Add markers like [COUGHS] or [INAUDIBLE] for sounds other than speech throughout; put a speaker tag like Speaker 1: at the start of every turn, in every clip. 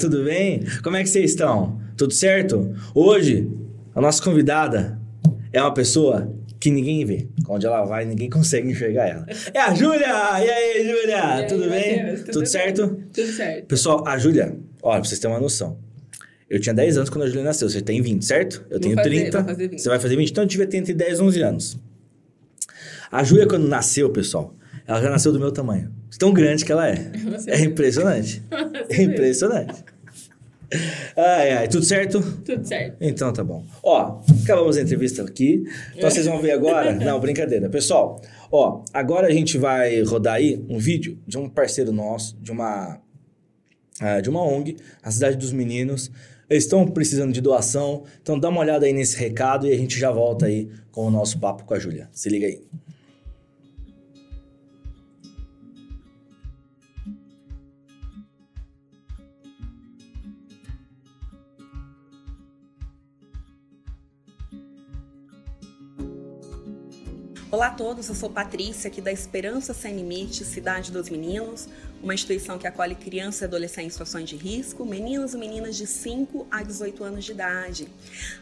Speaker 1: tudo bem? Como é que vocês estão? Tudo certo? Hoje, a nossa convidada é uma pessoa que ninguém vê. Onde ela vai, ninguém consegue enxergar ela. É a Júlia! E aí, Júlia?
Speaker 2: E aí,
Speaker 1: Ah, Tudo bem?
Speaker 2: Matheus, tudo
Speaker 1: tudo
Speaker 2: bem?
Speaker 1: certo?
Speaker 2: Tudo
Speaker 1: [LAUGHS]
Speaker 2: certo.
Speaker 1: Pessoal, a Júlia, olha, pra vocês terem uma noção. Eu tinha 10 anos quando a Júlia nasceu. Você tem 20, certo? Eu
Speaker 2: Vou
Speaker 1: tenho
Speaker 2: fazer,
Speaker 1: 30.
Speaker 2: vou fazer 20.
Speaker 1: Você vai fazer 20? Então eu devia ter entre 10 e 11 anos. A Júlia, quando nasceu, pessoal, ela já nasceu do meu tamanho. De Tão grande que ela é.
Speaker 2: [LAUGHS] Você
Speaker 1: É impressionante. É impressionante. Ai, ai, tudo certo?
Speaker 2: Tudo certo.
Speaker 1: Então tá bom. Ó, acabamos a entrevista aqui. Então vocês vão ver agora. Não, brincadeira. Pessoal, ó, agora a gente vai rodar aí um vídeo de um parceiro nosso, de uma. ah, de uma ONG, a Cidade dos Meninos. Eles estão precisando de doação. Então dá uma olhada aí nesse recado e a gente já volta aí com o nosso papo com a Júlia. Se liga aí.
Speaker 3: Olá a todos, eu sou Patrícia, aqui da Esperança Sem Limite, Cidade dos Meninos, uma instituição que acolhe crianças e adolescentes em situações de risco, meninos e meninas de 5 a 18 anos de idade.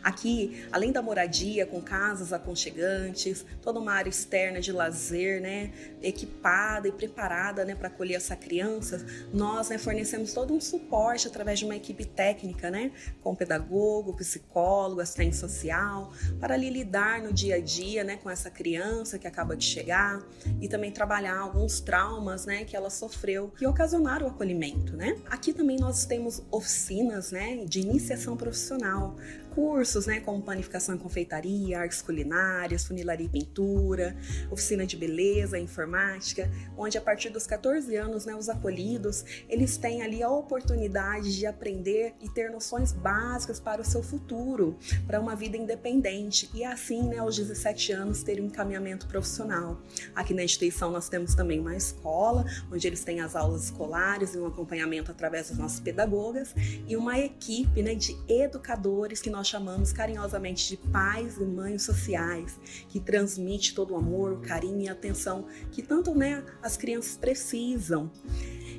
Speaker 3: Aqui, além da moradia, com casas aconchegantes, toda uma área externa de lazer, né, equipada e preparada né, para acolher essa criança, nós né, fornecemos todo um suporte através de uma equipe técnica, né, com pedagogo, psicólogo, assistente social, para ali lidar no dia a dia né, com essa criança que acaba de chegar e também trabalhar alguns traumas né, que ela sofreu que ocasionaram o acolhimento. Né? Aqui também nós temos oficinas né, de iniciação profissional, cursos né, como panificação e confeitaria, artes culinárias, funilaria e pintura, oficina de beleza, informática, onde a partir dos 14 anos né, os acolhidos eles têm ali a oportunidade de aprender e ter noções básicas para o seu futuro para uma vida independente e assim, né, aos 17 anos, ter um encaminhamento profissional. Aqui na instituição nós temos também uma escola, onde eles têm as aulas escolares e um acompanhamento através das nossas pedagogas e uma equipe né, de educadores que nós chamamos carinhosamente de pais e mães sociais, que transmite todo o amor, o carinho e a atenção que tanto né, as crianças precisam.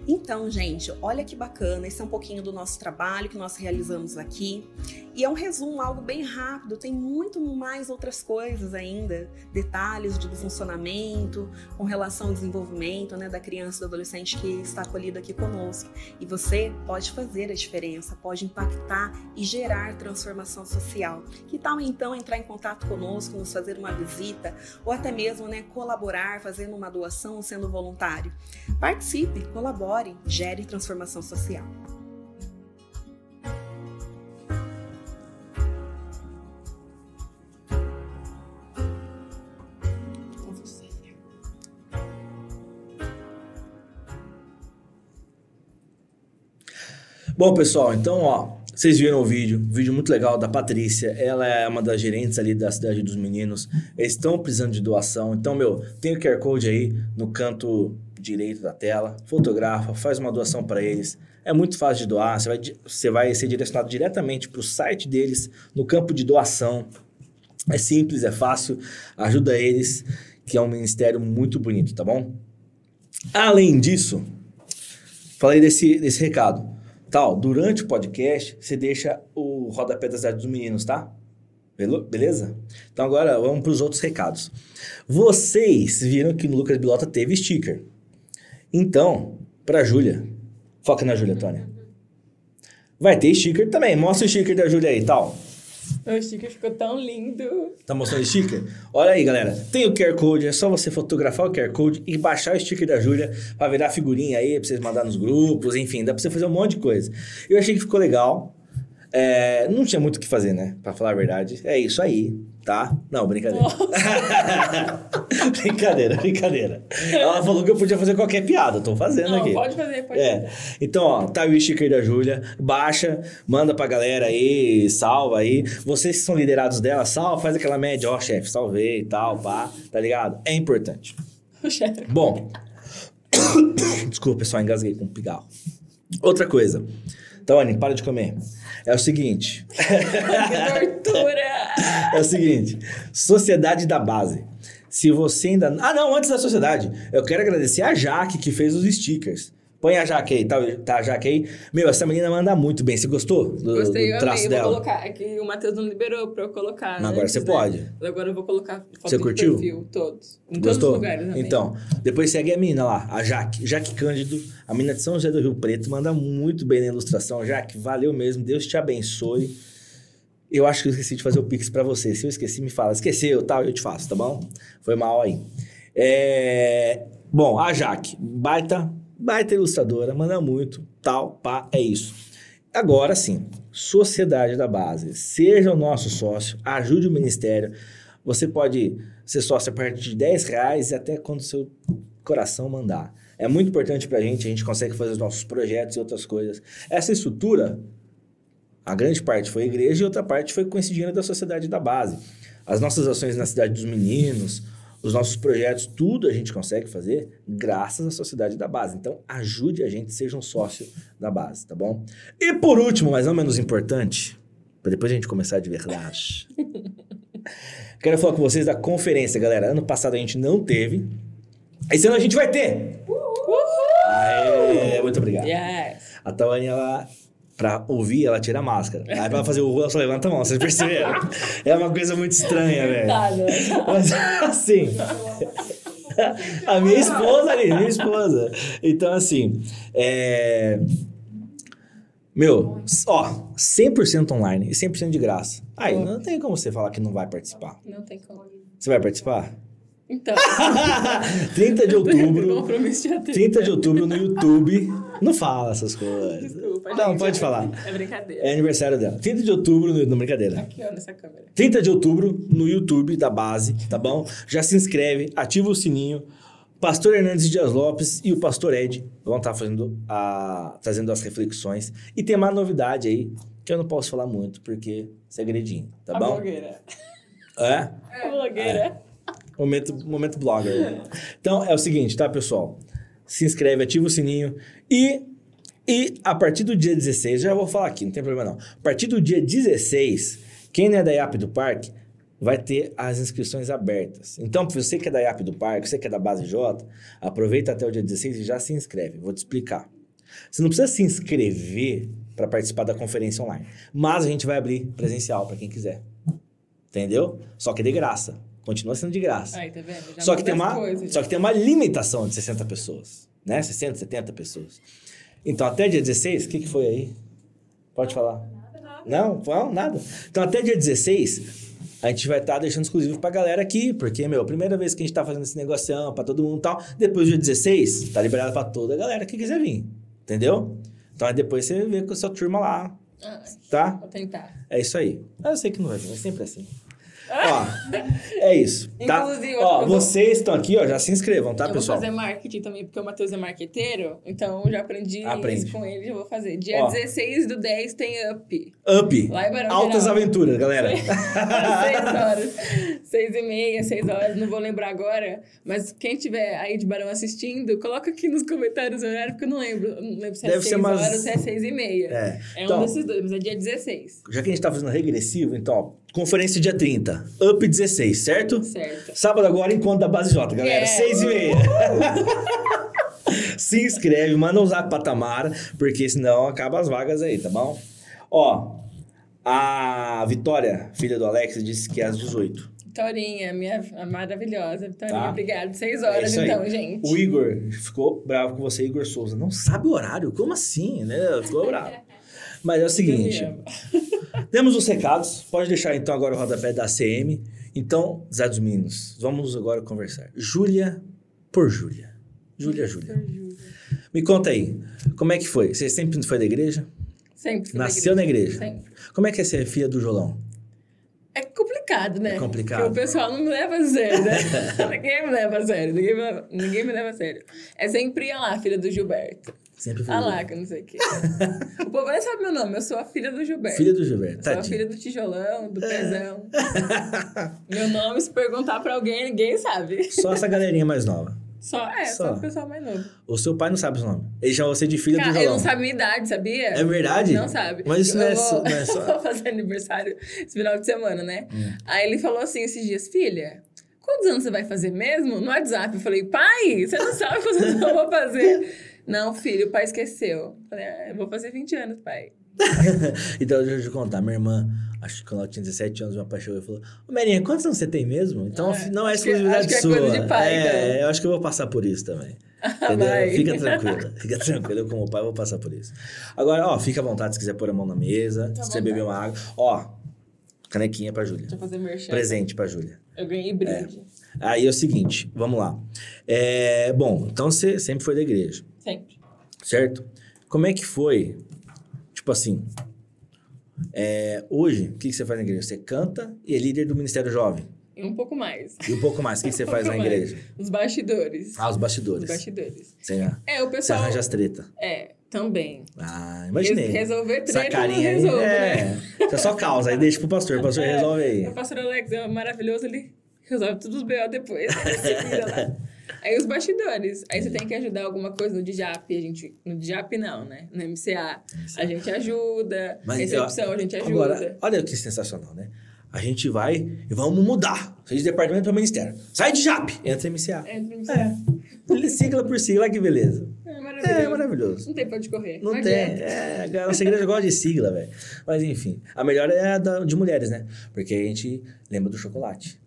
Speaker 3: Então, gente, olha que bacana, esse é um pouquinho do nosso trabalho que nós realizamos aqui. E é um resumo, algo bem rápido, tem muito mais outras coisas ainda, detalhes de- do funcionamento, com relação ao desenvolvimento né, da criança e do adolescente que está acolhido aqui conosco. E você pode fazer a diferença, pode impactar e gerar transformação social. Que tal então entrar em contato conosco, nos fazer uma visita ou até mesmo né, colaborar fazendo uma doação ou sendo voluntário? Participe, colabore, gere transformação social.
Speaker 1: Bom, pessoal, então, ó, vocês viram o vídeo, um vídeo muito legal da Patrícia. Ela é uma das gerentes ali da Cidade dos Meninos. Eles estão precisando de doação. Então, meu, tem o QR Code aí no canto direito da tela. Fotografa, faz uma doação para eles. É muito fácil de doar. Você vai, di- você vai ser direcionado diretamente para o site deles, no campo de doação. É simples, é fácil. Ajuda eles, que é um ministério muito bonito, tá bom? Além disso, falei desse, desse recado. Tal, durante o podcast, você deixa o rodapé da cidade dos meninos, tá? Belo- Beleza? Então agora vamos para os outros recados. Vocês viram que no Lucas Bilota teve sticker. Então, para Júlia. Foca na Júlia, Tônia. Vai ter sticker também. Mostra o sticker da Júlia aí, tal.
Speaker 2: O Chico ficou tão lindo.
Speaker 1: Tá mostrando o sticker? Olha aí, galera. Tem o QR Code, é só você fotografar o QR Code e baixar o sticker da Júlia pra virar figurinha aí, pra vocês mandar nos grupos, enfim, dá pra você fazer um monte de coisa. Eu achei que ficou legal. É, não tinha muito o que fazer, né? Pra falar a verdade. É isso aí, tá? Não, brincadeira. [LAUGHS] brincadeira, brincadeira. Ela falou que eu podia fazer qualquer piada, eu tô fazendo
Speaker 2: Não,
Speaker 1: aqui.
Speaker 2: pode fazer, [LAUGHS] pode
Speaker 1: É. Então, ó, tá o sticker da Júlia. Baixa, manda pra galera aí, salva aí. Vocês que são liderados dela, salva, faz aquela média, ó, chefe, salvei e tal, pá, tá ligado? É importante.
Speaker 2: fazer. O chefe.
Speaker 1: Bom. [COUGHS] Desculpa, pessoal, engasguei com um pigarro. Outra coisa. Tony, para de comer. É o seguinte.
Speaker 2: Que tortura!
Speaker 1: É o seguinte, Sociedade da Base. Se você ainda. Ah, não, antes da sociedade, eu quero agradecer a Jaque que fez os stickers. Pô, Põe a Jaque aí, tá, tá a Jaque aí. Meu, essa menina manda muito bem. Você gostou [LAUGHS] do,
Speaker 2: Gostei,
Speaker 1: do
Speaker 2: eu
Speaker 1: traço
Speaker 2: amei.
Speaker 1: dela?
Speaker 2: Vou colocar. É que o Matheus não liberou pra eu colocar.
Speaker 1: Mas agora
Speaker 2: antes,
Speaker 1: você
Speaker 2: né?
Speaker 1: pode.
Speaker 2: Agora eu vou colocar foto
Speaker 1: Você
Speaker 2: de
Speaker 1: curtiu?
Speaker 2: perfil, todos. Em todos
Speaker 1: Gostou?
Speaker 2: os lugares. amei.
Speaker 1: então, depois segue a mina lá, a Jaque. Jaque Cândido, a mina de São José do Rio Preto, manda muito bem na ilustração. Jaque, valeu mesmo, Deus te abençoe. Eu acho que eu esqueci de fazer o pix pra você. Se eu esqueci, me fala. Esqueceu, tal, eu te faço, tá bom? Foi mal aí. É, Bom, a Jaque, baita, baita ilustradora, manda muito, tal, pá, é isso. Agora sim, Sociedade da Base, seja o nosso sócio, ajude o Ministério. Você pode ser sócio a partir de 10 reais e até quando o seu coração mandar. É muito importante pra gente, a gente consegue fazer os nossos projetos e outras coisas. Essa estrutura, a grande parte foi a igreja e outra parte foi com esse dinheiro da Sociedade da Base. As nossas ações na Cidade dos Meninos, os nossos projetos, tudo a gente consegue fazer graças à Sociedade da Base. Então, ajude a gente, seja um sócio da base, tá bom? E por último, mas não menos importante, para depois a gente começar de verdade. [LAUGHS] Quero falar com vocês da conferência, galera. Ano passado a gente não teve. Esse ano a gente vai ter! Aê, muito obrigado.
Speaker 2: Yes.
Speaker 1: A Tawane, ela. Pra ouvir, ela tira a máscara. Aí pra ela fazer o rolo, ela só levanta a mão, vocês perceberam? é uma coisa muito estranha, velho.
Speaker 2: Tá, né?
Speaker 1: Mas [LAUGHS] assim. A minha esposa ali, minha esposa. Então, assim. É... Meu, ó, 100% online e 100% de graça. Aí, não tem como você falar que não vai participar.
Speaker 2: [LAUGHS] Não tem como.
Speaker 1: Você vai participar? [LAUGHS]
Speaker 2: Então.
Speaker 1: 30 de outubro.
Speaker 2: [LAUGHS] Compromisso de atender.
Speaker 1: 30 de outubro no YouTube. Não fala essas coisas.
Speaker 2: Desculpa.
Speaker 1: Não,
Speaker 2: gente,
Speaker 1: pode falar.
Speaker 2: É brincadeira.
Speaker 1: É aniversário dela. 30 de outubro no. Não, brincadeira.
Speaker 2: Aqui, ó, nessa câmera.
Speaker 1: 30 de outubro no YouTube da base, tá bom? Já se inscreve, ativa o sininho. Pastor Hernandes Dias Lopes e o Pastor Ed vão estar fazendo a, trazendo as reflexões. E tem uma novidade aí que eu não posso falar muito, porque segredinho, tá
Speaker 2: a
Speaker 1: bom?
Speaker 2: blogueira.
Speaker 1: É?
Speaker 2: A blogueira.
Speaker 1: Momento, momento blogger. Então é o seguinte, tá, pessoal? Se inscreve, ativa o sininho e. E a partir do dia 16, já vou falar aqui, não tem problema não. A partir do dia 16, quem não é da IAP do Parque vai ter as inscrições abertas. Então, se você que é da IAP do Parque, você que é da Base J, aproveita até o dia 16 e já se inscreve. Vou te explicar. Você não precisa se inscrever para participar da conferência online, mas a gente vai abrir presencial para quem quiser. Entendeu? Só que é de graça. Continua sendo de graça.
Speaker 2: Aí, tá vendo? Já
Speaker 1: Só que,
Speaker 2: muda
Speaker 1: tem
Speaker 2: as
Speaker 1: uma,
Speaker 2: coisas.
Speaker 1: só que tem uma limitação de 60 pessoas, né? 60, 70 pessoas. Então, até dia 16, o que, que foi aí? Pode falar. Não, não, nada. Então, até dia 16, a gente vai estar deixando exclusivo pra galera aqui, porque, meu, primeira vez que a gente tá fazendo esse negocião pra todo mundo e tal. Depois do dia 16, tá liberado pra toda a galera que quiser vir, entendeu? Então, aí depois você vê com a sua turma lá,
Speaker 2: Ah,
Speaker 1: tá?
Speaker 2: vou tentar.
Speaker 1: É isso aí. Ah, eu sei que não vai vir, é sempre assim. Ó, é isso, tá?
Speaker 2: Inclusive, eu acho
Speaker 1: ó,
Speaker 2: que eu vou-
Speaker 1: vocês estão aqui, ó, já se inscrevam, tá,
Speaker 2: eu
Speaker 1: pessoal?
Speaker 2: vou fazer um marketing também, porque o Matheus é marqueteiro, então eu já aprendi
Speaker 1: Aprende.
Speaker 2: isso com ele, eu vou fazer. Dia
Speaker 1: Ó.
Speaker 2: 16 do 10 tem up.
Speaker 1: Up,
Speaker 2: Lá em Barão
Speaker 1: altas
Speaker 2: [LAUGHS] Geral.
Speaker 1: aventuras, galera.
Speaker 2: 6 horas. 6 e meia, 6 horas, não vou lembrar agora. Mas quem tiver aí de Barão assistindo, coloca aqui nos comentários o horário, porque eu não lembro. Eu Não lembro se é
Speaker 1: Deve ser
Speaker 2: 6
Speaker 1: umas-
Speaker 2: horas ou se é 6 e meia.
Speaker 1: [LAUGHS] É,
Speaker 2: É, um
Speaker 1: então,
Speaker 2: desses dois, mas é dia 16.
Speaker 1: já que a gente tá fazendo regressivo, então, ó, conferência dia 30, Up 16, certo?
Speaker 2: Certo.
Speaker 1: Sábado agora, encontro da Base J, galera,
Speaker 2: Yeah.
Speaker 1: seis e meia. [LAUGHS] Se inscreve, manda um zap pra Tamara, porque senão acaba as vagas aí, tá bom? Ó, a Vitória, filha do Alex, disse que é às 18.
Speaker 2: Vitorinha, minha a maravilhosa. Vitorinha,
Speaker 1: Tá.
Speaker 2: obrigada. 6
Speaker 1: É
Speaker 2: horas
Speaker 1: isso aí.
Speaker 2: então, gente.
Speaker 1: O Igor ficou bravo com você, Igor Souza. Não sabe o horário? Como assim, né? Ficou bravo. Mas é o seguinte,
Speaker 2: Daniela.
Speaker 1: temos os recados. Pode deixar então agora o rodapé da CM. Então, Zé dos Meninos, vamos agora conversar. Júlia por Júlia. Júlia, Júlia. Me conta aí, como é que foi? Você sempre foi da igreja?
Speaker 2: Sempre. fui
Speaker 1: Nasceu na igreja.
Speaker 2: Sempre.
Speaker 1: Como é que é ser filha do Jolão?
Speaker 2: É complicado, né?
Speaker 1: É complicado.
Speaker 2: Porque o pessoal não me leva a
Speaker 1: [LAUGHS]
Speaker 2: sério, né? ninguém me leva a sério. Ninguém me leva, ninguém me leva a sério. É sempre, ah lá, filha do Gilberto.
Speaker 1: Sempre foi.
Speaker 2: Ah lá, que eu não sei
Speaker 1: [LAUGHS]
Speaker 2: o quê. o povo nem sabe meu nome. Eu sou a filha do Gilberto.
Speaker 1: Filha do Gilberto,
Speaker 2: é. Sou a
Speaker 1: tadinho. É.
Speaker 2: filha do tijolão,
Speaker 1: [LAUGHS]
Speaker 2: do pezão. Meu nome, se perguntar pra alguém, ninguém sabe.
Speaker 1: Só essa galerinha mais nova.
Speaker 2: Só, é, só,
Speaker 1: Só.
Speaker 2: o pessoal mais novo.
Speaker 1: O seu pai não sabe o seu nome. Ele chama você de filha do
Speaker 2: Cara, ele
Speaker 1: Jolão.
Speaker 2: não sabe a minha idade, sabia?
Speaker 1: É verdade?
Speaker 2: Não sabe.
Speaker 1: Mas isso
Speaker 2: Eu
Speaker 1: não é,
Speaker 2: vou-
Speaker 1: só- não
Speaker 2: [LAUGHS]
Speaker 1: é
Speaker 2: eu
Speaker 1: só. É.
Speaker 2: vou fazer aniversário esse final de semana, né? Aí ele falou assim esses dias, filha,
Speaker 1: [LAUGHS]
Speaker 2: quantos anos você vai fazer mesmo? No WhatsApp. Eu falei, pai, você não sabe quantos anos eu vou fazer. Não, filho, o pai esqueceu. Falei, ah, eu vou fazer 20 anos, pai. [LAUGHS]
Speaker 1: Então, deixa eu te contar, minha irmã, acho que quando ela tinha 17 anos, meu pai chegou e falou: Ô Merinha, quantos anos você tem mesmo? Então
Speaker 2: É,
Speaker 1: não é
Speaker 2: acho que-
Speaker 1: exclusividade
Speaker 2: acho que é
Speaker 1: sua.
Speaker 2: coisa de pai,
Speaker 1: é,
Speaker 2: então.
Speaker 1: eu acho que eu vou passar por isso também. Entendeu?
Speaker 2: [LAUGHS] vai.
Speaker 1: Fica tranquila, fica tranquila. Eu, como pai, vou passar por isso. Agora, ó, fica à vontade se quiser pôr a mão na mesa,
Speaker 2: Fica à
Speaker 1: se você
Speaker 2: vontade.
Speaker 1: beber uma água. Ó, canequinha pra Júlia.
Speaker 2: [LAUGHS] Deixa eu fazer merchan.
Speaker 1: Presente pra Júlia.
Speaker 2: Eu ganhei brinde.
Speaker 1: Aí é o seguinte, vamos lá. É, bom, então você sempre foi da igreja,
Speaker 2: Sempre.
Speaker 1: certo? Como é que foi? Tipo assim, é, hoje, o que, que você faz na igreja? Você canta e é líder do Ministério Jovem.
Speaker 2: E um pouco mais.
Speaker 1: E um pouco mais, o que, que você faz na
Speaker 2: pouco mais. [LAUGHS]
Speaker 1: igreja?
Speaker 2: Os bastidores.
Speaker 1: Ah, os
Speaker 2: Os
Speaker 1: bastidores.
Speaker 2: bastidores.
Speaker 1: Você,
Speaker 2: É, o
Speaker 1: você
Speaker 2: pessoal.
Speaker 1: arranja as treta.
Speaker 2: É, também.
Speaker 1: Ah, imaginei.
Speaker 2: Res- Resolver
Speaker 1: Essa
Speaker 2: treta não
Speaker 1: carinha aí,
Speaker 2: resolvo, né?
Speaker 1: é, você só causa, aí deixa pro pastor, o pastor
Speaker 2: É.
Speaker 1: resolve aí.
Speaker 2: O pastor Alex é maravilhoso, ele resolve tudo os B.O. depois. né? ele segura lá.
Speaker 1: [LAUGHS]
Speaker 2: Aí os bastidores. Aí você tem que ajudar alguma coisa no DJAP. A gente, no DJAP não, né? No MCA. A gente ajuda.
Speaker 1: Mas,
Speaker 2: recepção, a gente ajuda.
Speaker 1: Agora, olha que sensacional, né? A gente vai e vamos mudar. Seja de departamento para ministério. Sai de JAP, entra em MCA.
Speaker 2: É, no MCA.
Speaker 1: É. Sigla por sigla, olha que beleza.
Speaker 2: É maravilhoso.
Speaker 1: É maravilhoso.
Speaker 2: Não tem pra onde correr.
Speaker 1: Não tem.
Speaker 2: adianta.
Speaker 1: É, a nossa igreja gosta de sigla, velho. Mas enfim, a melhor é a da- de mulheres, né? Porque a gente lembra do chocolate.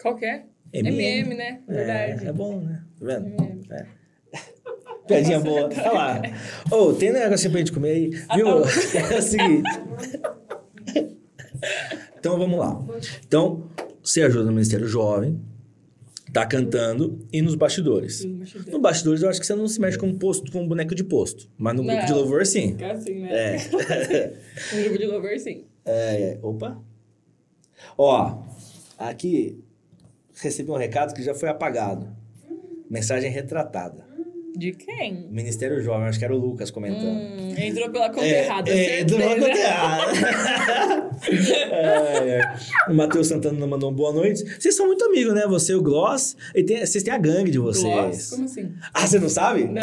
Speaker 2: Qual que é? MM, né? Verdade.
Speaker 1: É, é bom, né? Tá
Speaker 2: MM.
Speaker 1: vendo? É. Piadinha boa. Olha lá. Ô, tem negócio pra gente comer aí?
Speaker 2: Ah,
Speaker 1: Viu?
Speaker 2: tá
Speaker 1: [LAUGHS] É o seguinte. então, vamos lá. Então, você ajuda no Ministério Jovem, tá cantando e nos bastidores.
Speaker 2: Os
Speaker 1: [LAUGHS]
Speaker 2: bastidores.
Speaker 1: No bastidores, eu acho que você não se mexe com, posto, com boneco de posto. Mas no grupo
Speaker 2: Não.
Speaker 1: de louvor, sim.
Speaker 2: Fica assim, né?
Speaker 1: É.
Speaker 2: [LAUGHS] Um grupo de louvor, sim.
Speaker 1: É, opa. Ó, aqui recebi um recado que já foi apagado. Mensagem retratada.
Speaker 2: De quem?
Speaker 1: Ministério Jovem, acho que era o Lucas comentando.
Speaker 2: Hum, entrou pela conta
Speaker 1: Então. É,
Speaker 2: errada,
Speaker 1: é, entrou pela
Speaker 2: certeza.
Speaker 1: conta errada. [LAUGHS] É, é. O Matheus Santana mandou um boa noite. Vocês são muito amigos, né? Você e o Gloss. E tem- vocês têm a gangue de vocês.
Speaker 2: Gloss? Como assim?
Speaker 1: Ah, você não sabe?
Speaker 2: Não.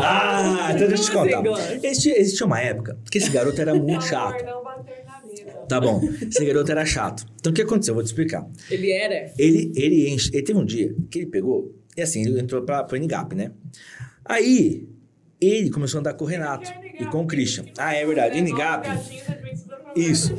Speaker 1: Ah, então deixa eu te
Speaker 2: Como assim,
Speaker 1: contar.
Speaker 2: Gloss?
Speaker 1: Existe, existe uma época que esse garoto era muito
Speaker 4: favor,
Speaker 1: chato.
Speaker 4: não bater na mesa.
Speaker 1: Tá bom, esse garoto era chato. Então o que aconteceu? Eu vou te explicar.
Speaker 2: Ele era?
Speaker 1: Ele, ele enche. Ele teve um dia que ele pegou, e assim, ele entrou pra, pra Unigap, né? Aí, ele começou a andar com o Renato
Speaker 4: é
Speaker 1: e com o Christian. Ah, é verdade. Unigap. Isso.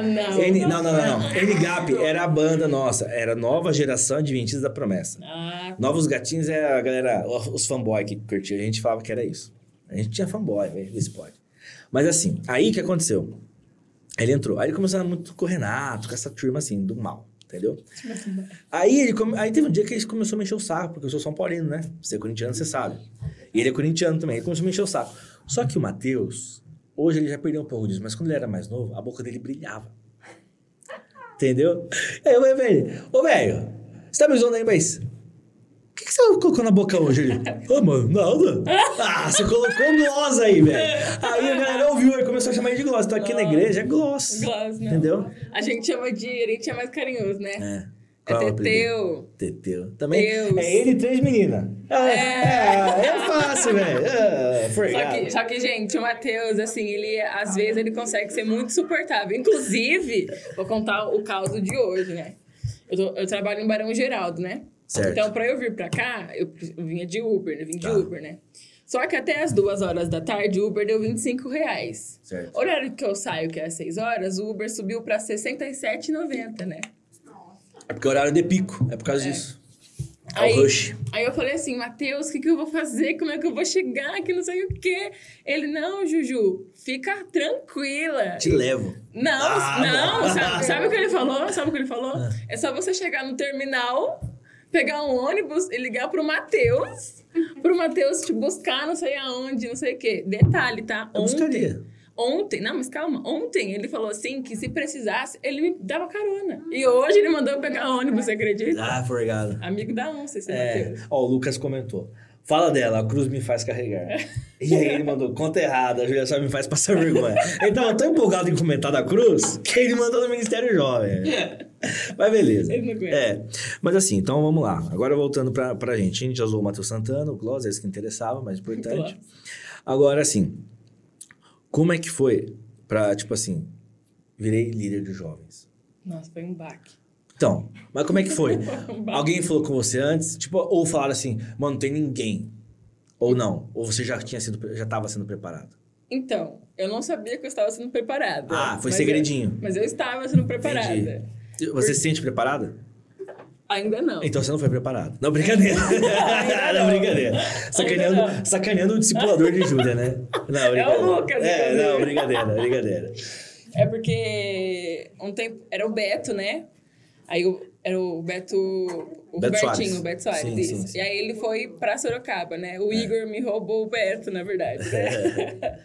Speaker 1: É.
Speaker 2: não.
Speaker 1: N, não, não, não, não. Unigap era a banda nossa, era a nova geração Adventista da Promessa.
Speaker 2: Ah,
Speaker 1: Novos Gatinhos é a galera, os fanboy que curtia, a gente falava que era isso. A gente tinha fanboy, velho, esse pode. Mas assim, aí que aconteceu? Ele entrou, aí ele começou a andar muito com o Renato, com essa turma assim, do mal, entendeu? Aí ele come- aí teve um dia que ele começou a mexer o saco, porque eu sou São Paulino, né? Você é corintiano, você sabe. E ele é corintiano também, ele começou a mexer o saco. Só que o Matheus, hoje ele já perdeu um pouco disso, mas quando ele era mais novo, a boca dele brilhava. Entendeu? Aí eu falei, velho, ô velho, você tá me zoando aí, mas. O que, que você colocou na boca hoje? Ele, ah, mano, nada. Ah, você colocou gloss aí, velho. Aí a galera ouviu, aí começou a chamar ele de gloss. Então aqui na igreja é gloss.
Speaker 2: Gloss, não.
Speaker 1: Entendeu?
Speaker 2: A gente chama de. A gente é mais carinhoso, né?
Speaker 1: É.
Speaker 2: É,
Speaker 1: Qual o apelido?
Speaker 2: Teteu.
Speaker 1: Teteu. Também
Speaker 2: Deus.
Speaker 1: é ele e três meninas. Ah, É,
Speaker 2: É.
Speaker 1: é fácil, velho. Ah,
Speaker 2: Só que,
Speaker 1: forgado.
Speaker 2: só que, gente, o Matheus, assim, ele às vezes ele consegue ser muito suportável. Inclusive, vou contar o caso de hoje, né? Eu, tô- eu trabalho em Barão Geraldo, né?
Speaker 1: Certo.
Speaker 2: Então, pra eu vir pra cá, eu pre- eu vinha de Uber, né? Vim de
Speaker 1: Tá.
Speaker 2: Uber, né? Só que até as duas horas da tarde, o Uber deu 25 reais.
Speaker 1: Certo.
Speaker 2: Horário que eu saio, que é às 6 horas, o Uber subiu pra 67,90, né?
Speaker 1: É porque o horário de pico, é por causa disso. É
Speaker 2: Aí-
Speaker 1: o rush.
Speaker 2: Aí eu falei assim, Matheus, o que, que eu vou fazer? Como é que eu vou chegar? Que não sei o quê. Ele, não, Juju, fica tranquila.
Speaker 1: Te levo.
Speaker 2: Não,
Speaker 1: Ah,
Speaker 2: não,
Speaker 1: não.
Speaker 2: Sabe, sabe o que ele
Speaker 1: [LAUGHS]
Speaker 2: falou? Sabe o que ele falou? É só você chegar no terminal, pegar um ônibus e ligar pro Matheus. Pro Matheus te buscar, não sei aonde, não sei o quê. Detalhe, tá?
Speaker 1: Eu buscaria.
Speaker 2: Ontem, não, mas calma, ontem ele falou assim que se precisasse, ele me dava carona. E hoje ele mandou eu pegar ônibus, você acredita?
Speaker 1: Ah, forgado.
Speaker 2: Amigo da onça, esse
Speaker 1: É.
Speaker 2: Matheus.
Speaker 1: Ó, o Lucas comentou. Fala dela, a cruz me faz carregar. E aí ele mandou, conta errada, a Julia só me faz passar vergonha. Ele tava tão empolgado em comentar da cruz que ele mandou no Ministério Jovem. [LAUGHS] Mas beleza.
Speaker 2: Ele não aguenta.
Speaker 1: É. Mas assim, então vamos lá. Agora voltando pra, pra gente. A gente já usou o Matheus Santana, o Gloss, é isso que interessava, mais importante. Agora, assim, como é que foi pra, tipo assim, virei líder de jovens?
Speaker 2: Nossa, foi um baque.
Speaker 1: Então, mas
Speaker 2: [LAUGHS] Um
Speaker 1: como é que foi? Alguém falou com você antes? Tipo, ou falaram assim, mano, não tem ninguém. Ou não? Ou você já tinha sido, já estava sendo preparado?
Speaker 2: Então, eu não sabia que eu estava sendo preparada.
Speaker 1: Ah, foi
Speaker 2: Mas
Speaker 1: segredinho.
Speaker 2: eu- mas eu estava sendo preparada.
Speaker 1: Entendi. Você se sente preparada?
Speaker 2: Ainda não.
Speaker 1: Então você não foi preparado. Não,
Speaker 2: [LAUGHS]
Speaker 1: brincadeira.
Speaker 2: Ainda
Speaker 1: não,
Speaker 2: não.
Speaker 1: brincadeira. Sacaneando,
Speaker 2: não.
Speaker 1: sacaneando o discipulador de Júlia, né? Não, brincadeira.
Speaker 2: Lucas,
Speaker 1: É,
Speaker 2: inclusive.
Speaker 1: não, brincadeira, brincadeira.
Speaker 2: É porque um tempo era o Beto, né? Aí o- era o Beto. O
Speaker 1: Beto
Speaker 2: Robertinho,
Speaker 1: Soares.
Speaker 2: o Beto Soares.
Speaker 1: Sim,
Speaker 2: isso.
Speaker 1: sim, É. sim.
Speaker 2: E aí ele foi pra Sorocaba, né? O Igor me roubou o Beto, na verdade.
Speaker 1: [LAUGHS]
Speaker 2: né?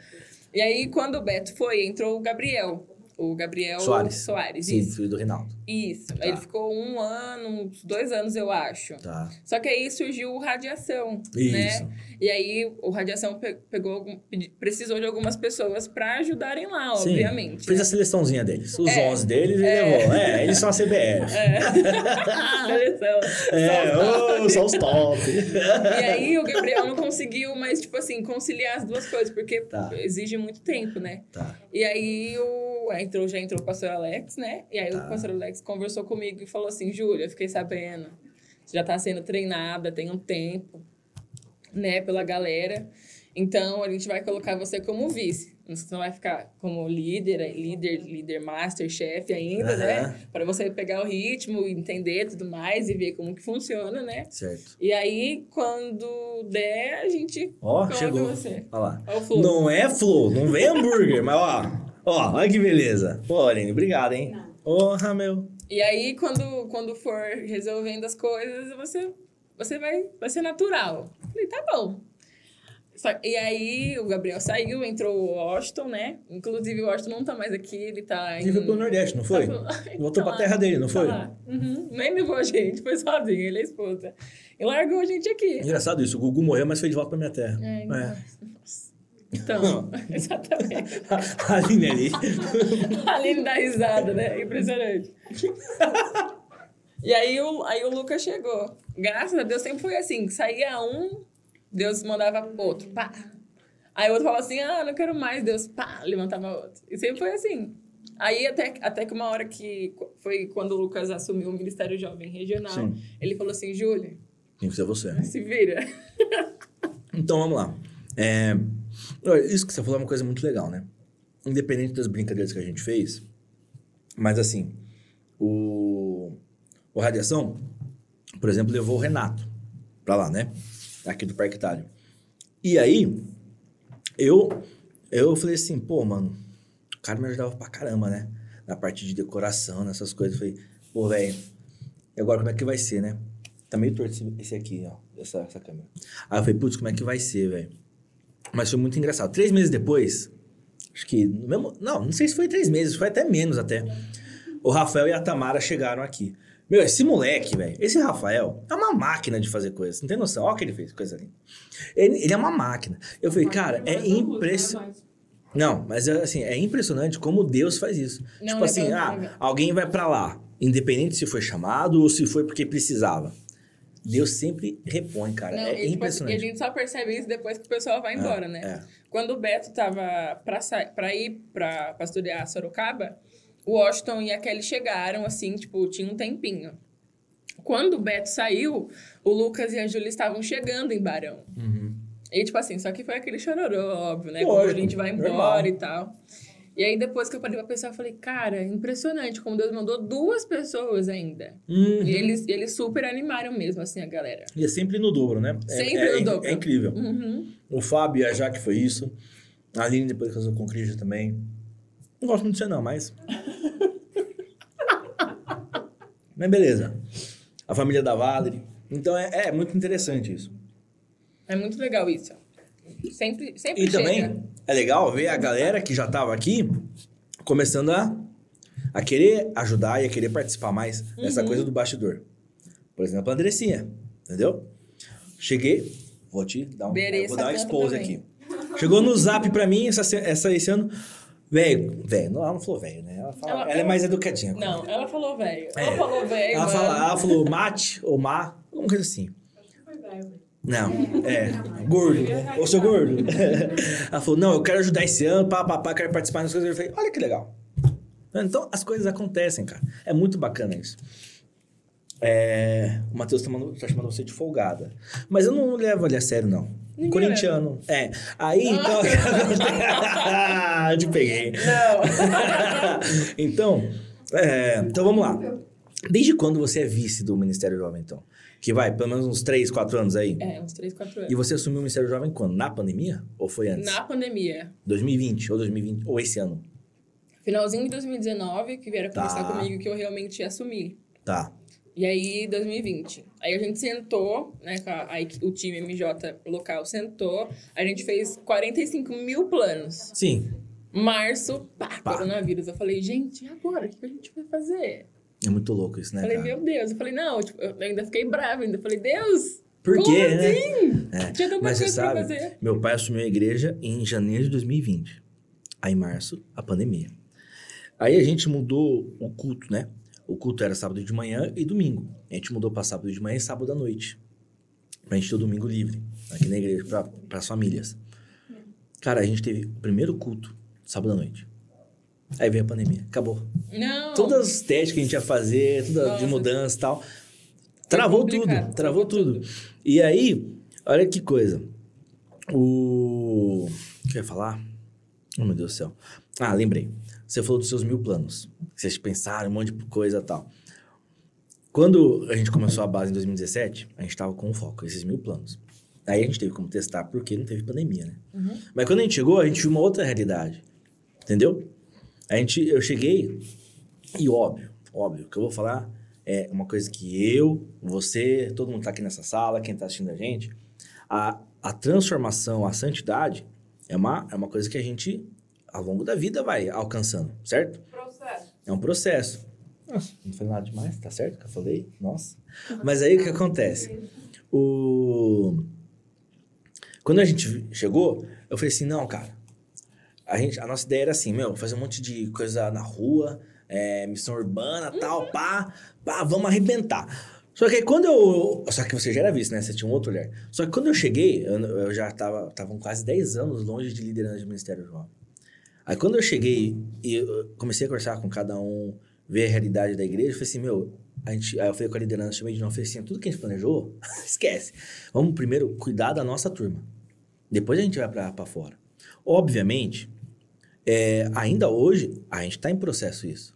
Speaker 2: e aí, quando o Beto foi, entrou o Gabriel. O Gabriel
Speaker 1: Soares. Sim,
Speaker 2: isso.
Speaker 1: filho do Reinaldo.
Speaker 2: Isso.
Speaker 1: Tá.
Speaker 2: Aí ele ficou um ano, uns dois anos, eu acho.
Speaker 1: Tá.
Speaker 2: Só que aí surgiu o Radiação,
Speaker 1: Isso.
Speaker 2: né? E aí o Radiação pe- pegou, algum- pedi- precisou de algumas pessoas pra ajudarem lá,
Speaker 1: Sim.
Speaker 2: obviamente. né?
Speaker 1: Fez a seleçãozinha deles. Os
Speaker 2: É.
Speaker 1: 11 deles ele
Speaker 2: É.
Speaker 1: levou. É, eles são a CBF.
Speaker 2: É. [LAUGHS] Seleção.
Speaker 1: É,
Speaker 2: Só
Speaker 1: ô,
Speaker 2: os
Speaker 1: só os top.
Speaker 2: E aí o Gabriel não conseguiu, mas, tipo assim, conciliar as duas coisas, porque
Speaker 1: Tá.
Speaker 2: exige muito tempo, né?
Speaker 1: Tá.
Speaker 2: E aí o. aí Entrou, já entrou o pastor Alex, né? E aí
Speaker 1: Tá.
Speaker 2: o pastor Alex conversou comigo e falou assim, Júlia, eu fiquei sabendo. Você já tá sendo treinada, tem um tempo, né, pela galera. Então a gente vai colocar você como vice. Você não vai ficar como líder, eh, líder, líder master, chefe ainda,
Speaker 1: Aham.
Speaker 2: né? Pra você pegar o ritmo, entender tudo mais e ver como que funciona, né?
Speaker 1: Certo.
Speaker 2: E aí, quando der, a gente
Speaker 1: Ó,
Speaker 2: coloca
Speaker 1: chegou.
Speaker 2: você.
Speaker 1: Olha lá.
Speaker 2: Olha o Flu.
Speaker 1: Não é flow, não vem hambúrguer, mas ó. Ó, olha que beleza. Pô, Aline, obrigado, hein? Porra, meu.
Speaker 2: E aí, quando, quando for resolvendo as coisas, você, você vai, vai ser natural. Eu Falei, tá bom. Só- e aí, o Gabriel saiu, entrou o Washington, né? Inclusive, o Washington não tá mais aqui, ele tá em...
Speaker 1: Ele foi pro Nordeste, não
Speaker 2: Tá
Speaker 1: foi? [LAUGHS] Voltou
Speaker 2: Então,
Speaker 1: pra terra dele, não foi?
Speaker 2: Uhum. Nem levou a gente, foi sozinho, ele é a esposa. E largou a gente aqui.
Speaker 1: Engraçado isso, o Gugu morreu, mas foi de volta pra minha terra.
Speaker 2: É, então,
Speaker 1: É.
Speaker 2: nossa. Então, [LAUGHS] exatamente.
Speaker 1: [LAUGHS] A Aline ali.
Speaker 2: [LAUGHS] Aline dá risada, né? Impressionante. e aí o, aí o Lucas chegou. Graças a Deus sempre foi assim: que saía um, Deus mandava outro, pá. Aí o outro falava assim: ah, não quero mais, Deus, pá, levantava outro. E sempre foi assim. Aí até, até que uma hora que foi quando o Lucas assumiu o Ministério Jovem Regional,
Speaker 1: Sim.
Speaker 2: ele falou assim: Júlia,
Speaker 1: Tem que ser você. né?
Speaker 2: se vira.
Speaker 1: Então vamos lá. É, olha, isso que você falou é uma coisa muito legal, né? Independente das brincadeiras que a gente fez, mas assim, o, o Radiação, por exemplo, levou o Renato pra lá, né? Aqui do Parque Itália. E aí, eu, eu falei assim, pô, mano, o cara me ajudava pra caramba, né? Na parte de decoração, nessas coisas. Eu falei, pô, velho, e agora como é que vai ser, né? Tá meio torto esse- esse aqui, ó, essa, essa câmera. Aí eu falei, putz, como é que vai ser, velho? Mas foi muito engraçado. Três meses depois, acho que no mesmo. Não, não sei se foi três meses, foi até menos até. O Rafael e a Tamara chegaram aqui. Meu, esse moleque, velho, esse Rafael é uma máquina de fazer coisas. Não tem noção. Olha o que ele fez, coisa linda. Ele, ele é uma máquina. Eu falei, cara, é
Speaker 4: né,
Speaker 1: impressionante. Não, mas é, assim, é impressionante como Deus faz isso.
Speaker 2: Não, é
Speaker 1: tipo
Speaker 2: legal,
Speaker 1: assim, ah,
Speaker 2: legal.
Speaker 1: alguém vai pra lá, independente se foi chamado ou se foi porque precisava. Deus sempre repõe, cara.
Speaker 2: Não,
Speaker 1: é
Speaker 2: e, tipo,
Speaker 1: impressionante.
Speaker 2: e a gente só percebe isso depois que o pessoal vai embora, né?
Speaker 1: é.
Speaker 2: Quando o Beto tava pra, sa- pra ir pra, pra estudar Sorocaba, o Washington e a Kelly chegaram, assim, tipo, tinha um tempinho. Quando o Beto saiu, o Lucas e a Júlia estavam chegando em Barão. E, tipo assim, só que foi aquele chororô, óbvio, né? Quando a
Speaker 1: Lógico,
Speaker 2: gente vai embora
Speaker 1: normal.
Speaker 2: e tal. E aí, depois que eu parei pra pensar, eu falei, cara, impressionante como Deus mandou duas pessoas ainda.
Speaker 1: Hum,
Speaker 2: E eles, eles super animaram mesmo, assim, a galera.
Speaker 1: e é sempre no dobro, né? É-
Speaker 2: Sempre
Speaker 1: é,
Speaker 2: no
Speaker 1: in-
Speaker 2: dobro.
Speaker 1: É incrível.
Speaker 2: Uhum.
Speaker 1: O Fábio e a Jaque foi isso. A Aline depois casou com o Christian também. Não gosto muito de você não,
Speaker 2: [LAUGHS]
Speaker 1: mas... mas beleza. A família da Valerie. Então é- é muito interessante isso.
Speaker 2: É muito legal isso. Sempre, sempre
Speaker 1: E
Speaker 2: chega.
Speaker 1: também é legal ver a galera que já tava aqui começando a, a querer ajudar e a querer participar mais dessa
Speaker 2: Uhum.
Speaker 1: coisa do bastidor. Por exemplo, a Andressinha, entendeu? Cheguei, vou te dar um,
Speaker 2: Berei
Speaker 1: vou
Speaker 2: essa
Speaker 1: dar um
Speaker 2: planta
Speaker 1: expose
Speaker 2: também.
Speaker 1: aqui. Chegou no zap pra mim essa, se- essa, esse ano. Velho, velho, não, ela não falou velho, né? Ela, fala-
Speaker 2: Ela-
Speaker 1: ela é
Speaker 2: ela-
Speaker 1: mais educadinha.
Speaker 2: Não, ela falou velho.
Speaker 1: É.
Speaker 2: Ela falou velho.
Speaker 1: ela,
Speaker 2: mano.
Speaker 1: fala, ela falou mate ou má, alguma coisa assim. Não, é. Gordo. Ô, seu gordo. Ela falou, não, eu quero ajudar esse ano, pá, pá, pá, quero participar das coisas. Eu falei, olha que legal. Então, as coisas acontecem, cara. É muito bacana isso. É, o Matheus tá, mandando- tá chamando você de folgada. Mas eu não levo ele a sério, não.
Speaker 2: Ninguém
Speaker 1: Corintiano. É. Aí, então. [LAUGHS] Eu te peguei.
Speaker 2: Não. [LAUGHS]
Speaker 1: então, é, então vamos lá. Desde quando você é vice do Ministério Jovem, então? Que vai, pelo menos uns 3, 4 anos aí.
Speaker 2: É, uns 3, 4 anos.
Speaker 1: E você assumiu o Ministério Jovem quando? Na pandemia? Ou foi antes?
Speaker 2: Na pandemia,
Speaker 1: 2020 ou 2020, ou esse ano.
Speaker 2: finalzinho de 2019, que vieram
Speaker 1: Tá.
Speaker 2: conversar comigo que eu realmente ia assumir.
Speaker 1: Tá.
Speaker 2: E aí, 2020. Aí a gente sentou, né? com a- a equi- o time MJ local sentou. A gente fez 45 mil planos.
Speaker 1: Sim.
Speaker 2: Março, pá,
Speaker 1: Pá.
Speaker 2: coronavírus. Eu falei, gente, e agora? O que que a gente vai fazer?
Speaker 1: É muito louco isso, né,
Speaker 2: falei,
Speaker 1: cara?
Speaker 2: meu Deus. Eu falei, não, tipo, eu ainda fiquei brava. Ainda falei, Deus,
Speaker 1: Por
Speaker 2: como
Speaker 1: quê, né?
Speaker 2: assim?
Speaker 1: É,
Speaker 2: Tinha tanta
Speaker 1: Mas você
Speaker 2: coisa pra
Speaker 1: sabe,
Speaker 2: fazer.
Speaker 1: meu pai assumiu a igreja em janeiro de 2020. Aí, em março, a pandemia. Aí a gente mudou o culto, né? O culto era sábado de manhã e domingo. A gente mudou pra sábado de manhã e sábado à noite. Pra gente ter o domingo livre, aqui na igreja, pra, pras famílias. Cara, a gente teve o primeiro culto, sábado à noite. Aí veio a pandemia, acabou.
Speaker 2: Não.
Speaker 1: Todas as testes que a gente ia fazer, tudo de
Speaker 2: Nossa.
Speaker 1: mudança e tal. Travou tudo,
Speaker 2: É complicado,
Speaker 1: travou
Speaker 2: travou
Speaker 1: tudo. E aí, olha que coisa. O. O que eu ia falar? Oh, meu Deus do céu. Ah, lembrei. Você falou dos seus mil planos. que Vocês pensaram um monte de coisa e tal. Quando a gente começou a base em 2017, a gente tava com um foco, esses mil planos. Aí a gente teve como testar, porque não teve pandemia, né?
Speaker 2: Uhum.
Speaker 1: Mas quando a gente chegou, a gente viu uma outra realidade. Entendeu? A gente, eu cheguei e óbvio, óbvio, o que eu vou falar é uma coisa que eu, você, todo mundo que tá aqui nessa sala, quem tá assistindo a gente, a, a transformação, a santidade é uma, é uma coisa que a gente, ao longo da vida, vai alcançando, certo? É um processo. Nossa, não foi nada demais, tá certo que eu falei? Nossa. Mas aí o que acontece? O... Quando a gente chegou, eu falei assim, não, cara. A, gente, a nossa ideia era assim, meu, fazer um monte de coisa na rua, é, missão urbana, tal, pá, pá, vamos arrebentar. Só que aí quando eu... Só que você já era visto, né? Você tinha um outro olhar. Só que quando eu cheguei, eu, eu já tava... Estavam quase 10 anos longe de liderança de Ministério Jovem. Aí quando eu cheguei e eu comecei a conversar com cada um, ver a realidade da igreja, eu falei assim, meu, a gente, aí eu falei com a liderança, chamei de novo, falei assim, tudo que a gente planejou, [LAUGHS] esquece. Vamos primeiro cuidar da nossa turma. Depois a gente vai pra pra fora. Obviamente, é, ainda hoje, a gente tá em processo isso.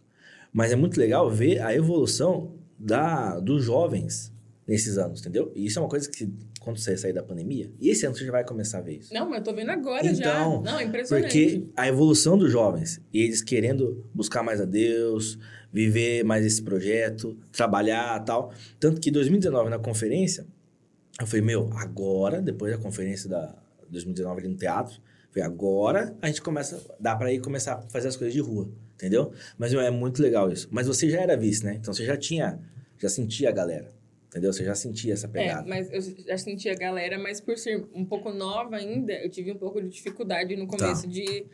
Speaker 1: Mas é muito legal ver a evolução da, dos jovens nesses anos, entendeu? E isso é uma coisa que quando você sair da pandemia, e esse ano você já vai começar a ver isso.
Speaker 2: Não, mas eu tô vendo agora já.
Speaker 1: Então,
Speaker 2: Não, é impressionante.
Speaker 1: Porque a evolução dos jovens, e eles querendo buscar mais a Deus, viver mais esse projeto, trabalhar tal. Tanto que em 2019, na conferência, eu falei, meu, agora, depois da conferência da 2019 ali no teatro, eu falei, agora a gente começa, dá pra ir começar a fazer as coisas de rua, entendeu? Mas meu, é muito legal isso. Mas você já era vice, né? Então você já tinha, já sentia a galera, entendeu? Você já sentia essa
Speaker 2: É,
Speaker 1: pegada.
Speaker 2: mas eu já senti a galera, mas por ser um pouco nova ainda, eu tive um pouco de dificuldade
Speaker 1: Tá.
Speaker 2: no começo de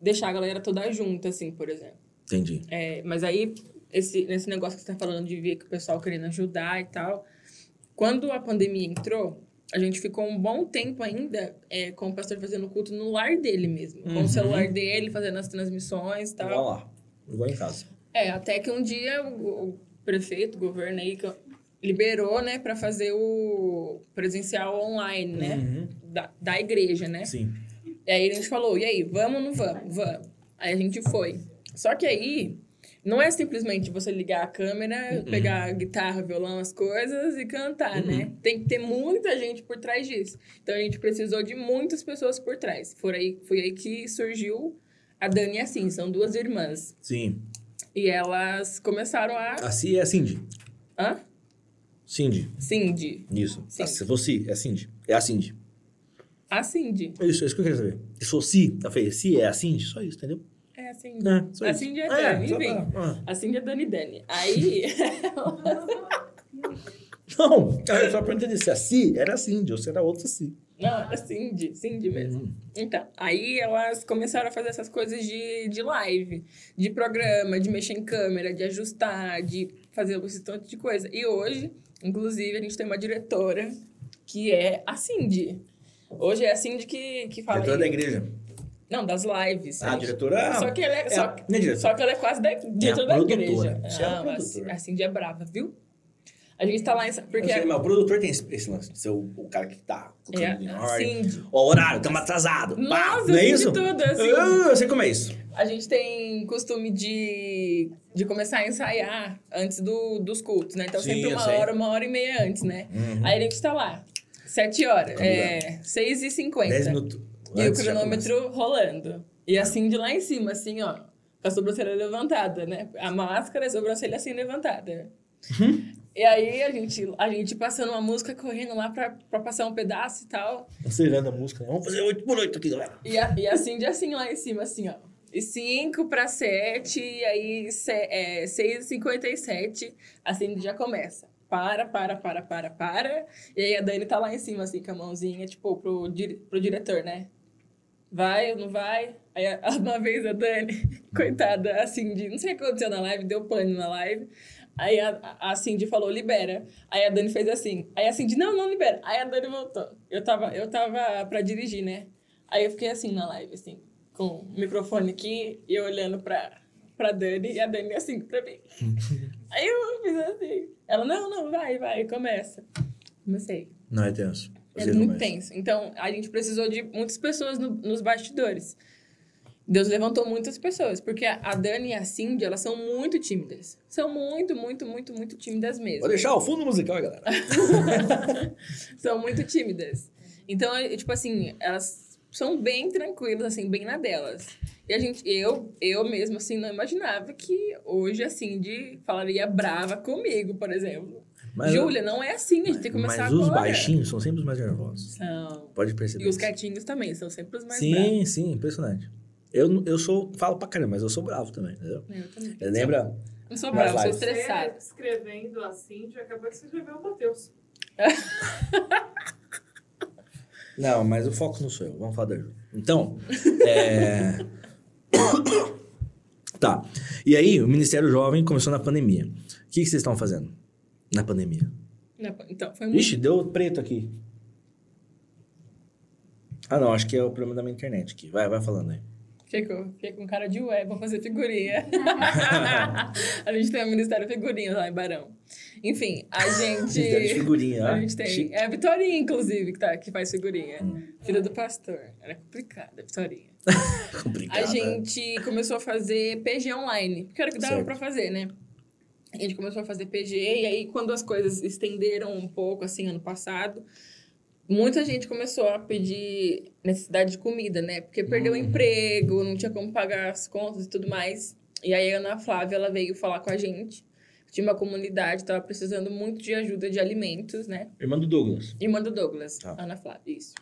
Speaker 2: deixar a galera toda junta, assim, por exemplo.
Speaker 1: Entendi.
Speaker 2: É, mas aí, esse, nesse negócio que você tá falando de ver que o pessoal querendo ajudar e tal, quando a pandemia entrou, a gente ficou um bom tempo ainda é, com o pastor fazendo culto no lar dele mesmo, com
Speaker 1: Uhum.
Speaker 2: o celular dele, fazendo as transmissões e tal.
Speaker 1: Vamos lá, igual em casa.
Speaker 2: É, até que um dia o, o prefeito, o governo aí, que- liberou, né, pra fazer o presencial online, né?
Speaker 1: Uhum,
Speaker 2: Da, da igreja, né?
Speaker 1: Sim.
Speaker 2: E aí a gente falou, e aí, vamos ou não vamos? Vamos. Aí a gente foi. Só que aí, não é simplesmente você ligar a câmera,
Speaker 1: Uhum.
Speaker 2: pegar a guitarra, violão, as coisas e cantar, né? Tem que ter muita gente por trás disso. Então a gente precisou de muitas pessoas por trás. Foi aí, foi aí que surgiu a Dani e a Sim, são duas irmãs.
Speaker 1: Sim.
Speaker 2: E elas começaram a.
Speaker 1: A Ci é a Cindy.
Speaker 2: Hã?
Speaker 1: Cindy.
Speaker 2: Cindy.
Speaker 1: Isso.
Speaker 2: Sim.
Speaker 1: Ah, se fosse, é a Cindy. É a Cindy.
Speaker 2: A Cindy.
Speaker 1: Isso, é isso que eu queria saber. Se fosse, eu falei, se é a Cindy, só isso, entendeu?
Speaker 2: É a Cindy.
Speaker 1: É, só
Speaker 2: A
Speaker 1: isso.
Speaker 2: Cindy é
Speaker 1: é,
Speaker 2: Dani,
Speaker 1: só
Speaker 2: vem.
Speaker 1: pra- ah.
Speaker 2: A Cindy é Dani Dani. Aí. [LAUGHS]
Speaker 1: Não, eu só pra entender se é a Si era a Cindy ou se era outra Hum. Si.
Speaker 2: Não, era Cindy. Cindy mesmo. Então, aí elas começaram a fazer essas coisas de, de live, de programa, de mexer em câmera, de ajustar, de fazer esse tanto de coisa. E hoje, inclusive, a gente tem uma diretora que é a Cindy. Hoje é a Cindy que, que fala.
Speaker 1: Diretora
Speaker 2: aí.
Speaker 1: da igreja.
Speaker 2: Não, das lives.
Speaker 1: Ah,
Speaker 2: né?
Speaker 1: diretora.
Speaker 2: Só que ela é. só-
Speaker 1: Não é diretora.
Speaker 2: Só que ela é quase da, dentro
Speaker 1: a
Speaker 2: da
Speaker 1: produtora.
Speaker 2: igreja.
Speaker 1: Isso é a
Speaker 2: Ah, mas
Speaker 1: produtora.
Speaker 2: a Cindy é brava, viu? A gente tá lá em. Porque
Speaker 1: Eu sei, mas o produtor tem esse, esse lance. de Ser o, o cara que tá
Speaker 2: é,
Speaker 1: colocando em ordem.
Speaker 2: assim,
Speaker 1: Ó, horário, estamos atrasados.
Speaker 2: Nossa, eu
Speaker 1: não é
Speaker 2: sei de
Speaker 1: isso?
Speaker 2: tudo, assim.
Speaker 1: Ah, eu sei como é isso.
Speaker 2: a gente tem costume de, de começar a ensaiar antes do, dos cultos, né? Então
Speaker 1: Sim, eu
Speaker 2: sempre uma
Speaker 1: sei.
Speaker 2: hora, uma hora e meia antes, né?
Speaker 1: Uhum.
Speaker 2: Aí a gente tá lá. Sete horas.
Speaker 1: Combinado.
Speaker 2: É, seis
Speaker 1: Tá
Speaker 2: e
Speaker 1: Dez
Speaker 2: cinquenta.
Speaker 1: minutos.
Speaker 2: né? E o
Speaker 1: antes já começa.
Speaker 2: cronômetro rolando. E assim de lá em cima, assim, ó. Com a sobrancelha levantada, né? A máscara, a sobrancelha assim levantada.
Speaker 1: Uhum.
Speaker 2: E aí a gente, a gente passando uma música, correndo lá pra, pra passar um pedaço e tal.
Speaker 1: Acelerando a música. né? Vamos fazer 8 por 8 aqui, galera.
Speaker 2: E, a, e assim de assim lá em cima, assim, ó. E 5 pra 7, e aí 6 e 57, assim já começa. Para, para, para, para, para. E aí a Dani tá lá em cima, assim, com a mãozinha, tipo, pro, dire- pro diretor, né? Vai ou não vai? Aí [LAUGHS] a- uma vez a Dani, coitada, a Cindy, não sei o que aconteceu na live, deu pane na live. Aí a, a Cindy falou, libera. Aí a Dani fez assim. Aí a Cindy, não, não libera. Aí a Dani voltou. Eu tava, eu tava pra dirigir, né? Aí eu fiquei assim na live, assim, com o microfone aqui e eu olhando pra, pra Dani e a Dani assim pra mim. Aí eu fiz assim. Ela, não, não, vai, vai, começa. Comecei.
Speaker 1: Não, é tenso.
Speaker 2: É muito tenso. Então, a gente precisou de muitas pessoas no- nos bastidores. Deus levantou muitas pessoas, porque a a Dani e a Cindy, elas são muito tímidas. São muito, muito, muito, muito tímidas mesmo.
Speaker 1: Vou deixar o fundo musical, galera.
Speaker 2: são muito tímidas. Então, é, tipo assim, elas são bem tranquilas, assim, bem na delas. E a gente, eu, eu mesmo, assim, não imaginava que hoje a Cindy falaria brava comigo, por exemplo. Júlia, não é assim, a gente tem que começar
Speaker 1: Mas
Speaker 2: agora.
Speaker 1: os baixinhos são sempre os mais nervosos.
Speaker 2: São.
Speaker 1: Pode perceber.
Speaker 2: E os
Speaker 1: isso.
Speaker 2: quietinhos também, são sempre os mais
Speaker 1: sim,
Speaker 2: bravos.
Speaker 1: sim, impressionante. Eu, eu sou, falo pra caramba, mas eu sou bravo também, entendeu?
Speaker 2: Eu também.
Speaker 1: Lembra?
Speaker 2: Não sou
Speaker 1: Mas
Speaker 2: brava, sou
Speaker 1: vai.
Speaker 4: Você
Speaker 2: estressada.
Speaker 4: escrevendo a Cindy, acabou de escrever o Matheus.
Speaker 1: Não, mas o foco não sou eu. Vamos falar da Ju.
Speaker 2: [LAUGHS]
Speaker 1: Então, é... tá. E aí, o Ministério Jovem começou na pandemia. O que, que vocês estão fazendo na pandemia?
Speaker 2: Não, Então, foi muito.
Speaker 1: Ixi, deu preto aqui. Ah, não. Acho que é o problema da minha internet aqui. Vai, vai falando aí.
Speaker 2: Fiquei com, fiquei com cara de ué, vou fazer
Speaker 1: [LAUGHS]
Speaker 2: figurinha. a gente tem o Ministério Figurinhas lá em Barão. Enfim, a
Speaker 1: Ministério de
Speaker 2: gente.
Speaker 1: figurinha.
Speaker 2: A
Speaker 1: ah.
Speaker 2: gente tem.
Speaker 1: Chique. [LAUGHS] Hum.
Speaker 2: É a Vitorinha, inclusive, que, tá, que faz figurinha. Filha do pastor. Era complicada, a Vitorinha.
Speaker 1: Complicado.
Speaker 2: A
Speaker 1: né?
Speaker 2: gente começou a fazer PG online, porque era o que dava
Speaker 1: Certo.
Speaker 2: pra fazer, né? A gente começou a fazer PG, e aí quando as coisas estenderam um pouco, assim, ano passado, muita gente começou a pedir necessidade de comida, né? Porque perdeu o emprego, não tinha como pagar as contas e tudo mais. E aí a Ana Flávia, ela veio falar com a gente. Tinha uma comunidade, tava precisando muito de ajuda de alimentos, né?
Speaker 1: Irmã do Douglas.
Speaker 2: Irmã do Douglas,
Speaker 1: Tá.
Speaker 2: Ana Flávia, isso.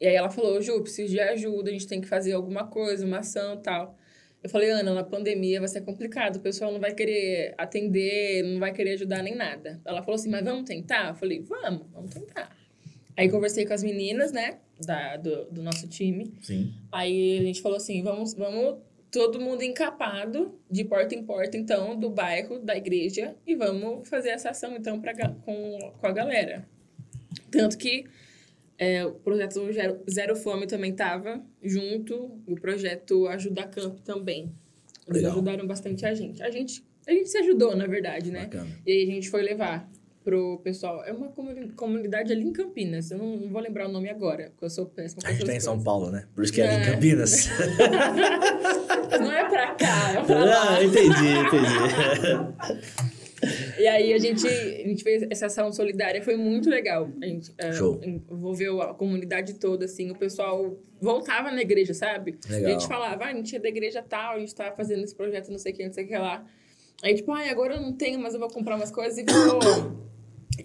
Speaker 2: E aí ela falou, Ju, preciso de ajuda, a gente tem que fazer alguma coisa, uma ação e tal. Eu falei, Ana, na pandemia vai ser complicado, o pessoal não vai querer atender, não vai querer ajudar nem nada. Ela falou assim, mas vamos tentar? Eu falei, vamos, vamos tentar. Aí conversei com as meninas, né, da, do, do nosso time.
Speaker 1: Sim.
Speaker 2: Aí a gente falou assim, vamos, vamos todo mundo encapado, de porta em porta, então, do bairro, da igreja, e vamos fazer essa ação, então, pra, ga- com, com a galera. Tanto que é, o projeto Zero, Zero Fome também tava junto, e o projeto Ajuda Camp também. Eles
Speaker 1: Legal.
Speaker 2: ajudaram bastante a gente. A gente, a gente se ajudou, na verdade, né?
Speaker 1: Bacana.
Speaker 2: E aí a gente foi levar pro pessoal. É uma comuni- comunidade ali em Campinas. Eu não, não vou lembrar o nome agora, porque eu sou péssima com
Speaker 1: A gente tá em
Speaker 2: essas
Speaker 1: São
Speaker 2: coisas.
Speaker 1: Paulo, né? Por isso que é ali em
Speaker 2: É. [LAUGHS]
Speaker 1: Campinas. [LAUGHS]
Speaker 2: Não é pra cá, é pra lá.
Speaker 1: ah, entendi, entendi.
Speaker 2: E aí a gente, a gente fez essa ação solidária, foi muito legal. A gente eh,
Speaker 1: Show.
Speaker 2: envolveu a comunidade toda, assim, o pessoal voltava na igreja, sabe?
Speaker 1: Legal.
Speaker 2: A gente falava, ah, a gente é da igreja tal, a gente tá fazendo esse projeto, não sei o que, não sei o que lá. Aí, tipo, ai, agora eu não tenho, mas eu vou comprar umas coisas e vou.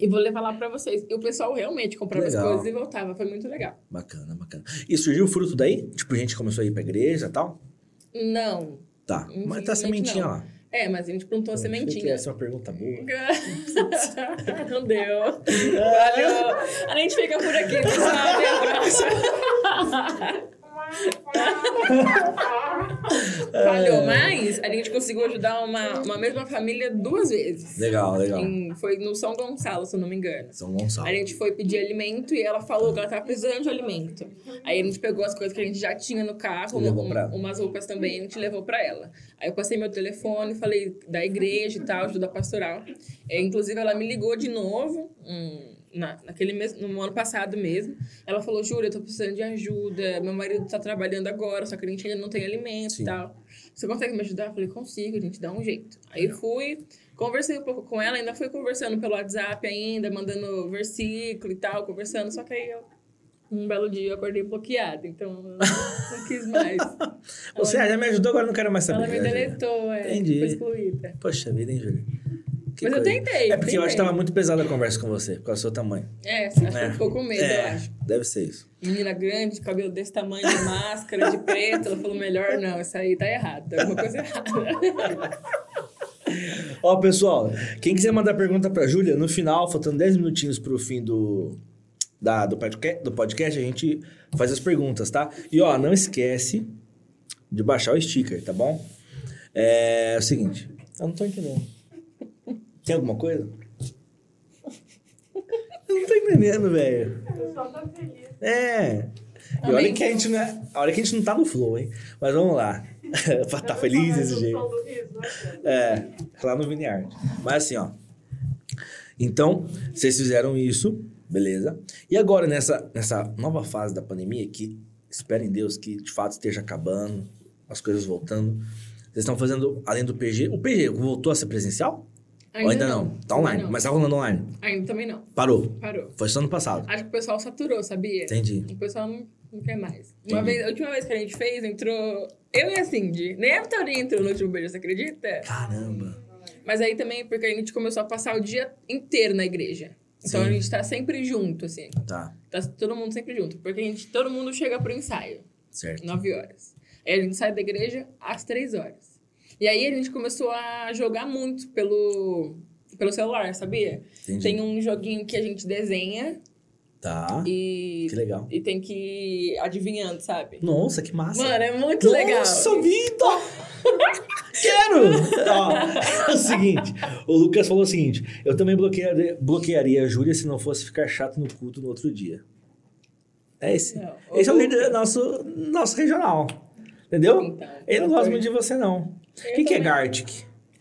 Speaker 2: E vou levar lá pra vocês. E o pessoal realmente comprava as
Speaker 1: Legal.
Speaker 2: coisas e voltava. Foi muito legal.
Speaker 1: Bacana, bacana. E surgiu o fruto daí? Tipo, gente começou a ir pra igreja e tal?
Speaker 2: Não.
Speaker 1: Tá. Mas tá a
Speaker 2: Infelizmente,
Speaker 1: sementinha
Speaker 2: não.
Speaker 1: lá.
Speaker 2: É, mas a gente plantou a
Speaker 1: Eu achei que
Speaker 2: sementinha.
Speaker 1: Essa é uma pergunta boa. [LAUGHS]
Speaker 2: Não deu. Valeu. A gente fica por aqui, pessoal. Até a próxima.
Speaker 1: É.
Speaker 2: falhou, mas a gente conseguiu ajudar uma, uma mesma família duas vezes.
Speaker 1: Legal, legal.
Speaker 2: Em- foi no São Gonçalo, se eu não me engano.
Speaker 1: São
Speaker 2: A
Speaker 1: Gonçalo.
Speaker 2: gente foi pedir alimento e ela falou que ela tava precisando de alimento. Aí a gente pegou as coisas que a gente já tinha no carro,
Speaker 1: E levou
Speaker 2: um-
Speaker 1: pra ela.
Speaker 2: umas roupas também, a gente levou pra ela. Aí eu passei meu telefone, falei da igreja e tal, ajuda pastoral. É, inclusive, ela me ligou de novo, hum, na, naquele mês, no ano passado mesmo. Ela falou, Júlia, eu tô precisando de ajuda, meu marido tá trabalhando agora, só que a gente ainda não tem alimento
Speaker 1: Sim.
Speaker 2: e tal. Você consegue me ajudar? Eu falei, consigo, a gente dá um jeito. Aí fui, Conversei um pouco com ela, ainda fui conversando pelo WhatsApp ainda, mandando versículo e tal, conversando, só que aí eu, um belo dia eu acordei bloqueada, então eu não quis
Speaker 1: [LAUGHS]
Speaker 2: mais.
Speaker 1: Você ah, já me ajudou, agora eu não quero mais saber.
Speaker 2: Ela me
Speaker 1: né, Júlia?
Speaker 2: deletou, é,
Speaker 1: Entendi.
Speaker 2: foi excluída.
Speaker 1: Poxa vida, hein, Júlia? Que
Speaker 2: Mas eu
Speaker 1: coisa.
Speaker 2: tentei,
Speaker 1: É porque eu acho que
Speaker 2: tentei.
Speaker 1: tava muito pesada a conversa com você, por causa do seu tamanho.
Speaker 2: É, acho
Speaker 1: É.
Speaker 2: que ficou com medo, eu
Speaker 1: é,
Speaker 2: acho.
Speaker 1: deve ser isso.
Speaker 2: Menina grande, cabelo desse tamanho, de máscara, de preto, ela falou, melhor não, isso aí tá errado, tem alguma coisa errada.
Speaker 1: Ó, pessoal, quem quiser mandar pergunta pra Júlia, no final, faltando 10 minutinhos pro fim do, da, do, podca- do podcast, a gente faz as perguntas, tá? E ó, não esquece de baixar o sticker, tá bom? É, o seguinte, eu não tô entendendo. Tem alguma coisa? [LAUGHS] Eu não tô entendendo, velho.
Speaker 4: O pessoal tá feliz.
Speaker 1: É. E
Speaker 2: Amém.
Speaker 1: olha que, a gente não é, olha que a gente não tá no flow, hein? Mas vamos lá. [LAUGHS] pra tá
Speaker 4: Eu
Speaker 1: feliz
Speaker 4: vou falar
Speaker 1: desse
Speaker 4: do
Speaker 1: jeito.
Speaker 4: São Luís, né, cara?
Speaker 1: É, lá no Vineyard. Mas assim, ó. Então, vocês fizeram isso, beleza. E agora, nessa, nessa nova fase da pandemia, que espero em Deus que de fato esteja acabando, as coisas voltando. Vocês estão fazendo, além do PG, o PG voltou a ser presencial? Ou ainda não? Tá online,
Speaker 2: Ainda não.
Speaker 1: mas tá rolando online.
Speaker 2: Ainda também não,
Speaker 1: Parou.
Speaker 2: parou.
Speaker 1: Foi só ano passado.
Speaker 2: Acho que o pessoal saturou, sabia?
Speaker 1: Entendi.
Speaker 2: O pessoal não, não quer mais. Uma
Speaker 1: Entendi.
Speaker 2: vez, a última vez que a gente fez, entrou. Eu e a Cindy. Nem a Vitória entrou no último beijo, você acredita?
Speaker 1: Caramba.
Speaker 2: Mas aí também, porque a gente começou a passar o dia inteiro na igreja. Então
Speaker 1: Sim.
Speaker 2: a gente tá sempre junto, assim.
Speaker 1: Tá,
Speaker 2: Tá todo mundo sempre junto. Porque a gente, todo mundo chega pro ensaio,
Speaker 1: certo.
Speaker 2: 9 horas. Aí a gente sai da igreja às 3 horas. E aí a gente começou a jogar muito pelo, pelo celular, sabia?
Speaker 1: Entendi.
Speaker 2: Tem um joguinho que a gente desenha
Speaker 1: Tá.
Speaker 2: e
Speaker 1: Que legal.
Speaker 2: e tem que ir adivinhando, sabe?
Speaker 1: Nossa, que massa.
Speaker 2: Mano, é muito
Speaker 1: Nossa,
Speaker 2: legal.
Speaker 1: Vitor! Quero! Ó, [LAUGHS] é o seguinte, o Lucas falou o seguinte: eu também bloquearia, bloquearia a Júlia se não fosse ficar chato no culto no outro dia. É esse.
Speaker 2: Não,
Speaker 1: esse é o
Speaker 2: o
Speaker 1: líder nosso, nosso regional. Entendeu?
Speaker 2: Então,
Speaker 1: Ele não
Speaker 2: foi.
Speaker 1: gosta muito de você, não. O
Speaker 2: Eu
Speaker 1: que, que é
Speaker 2: também.
Speaker 1: Gartic?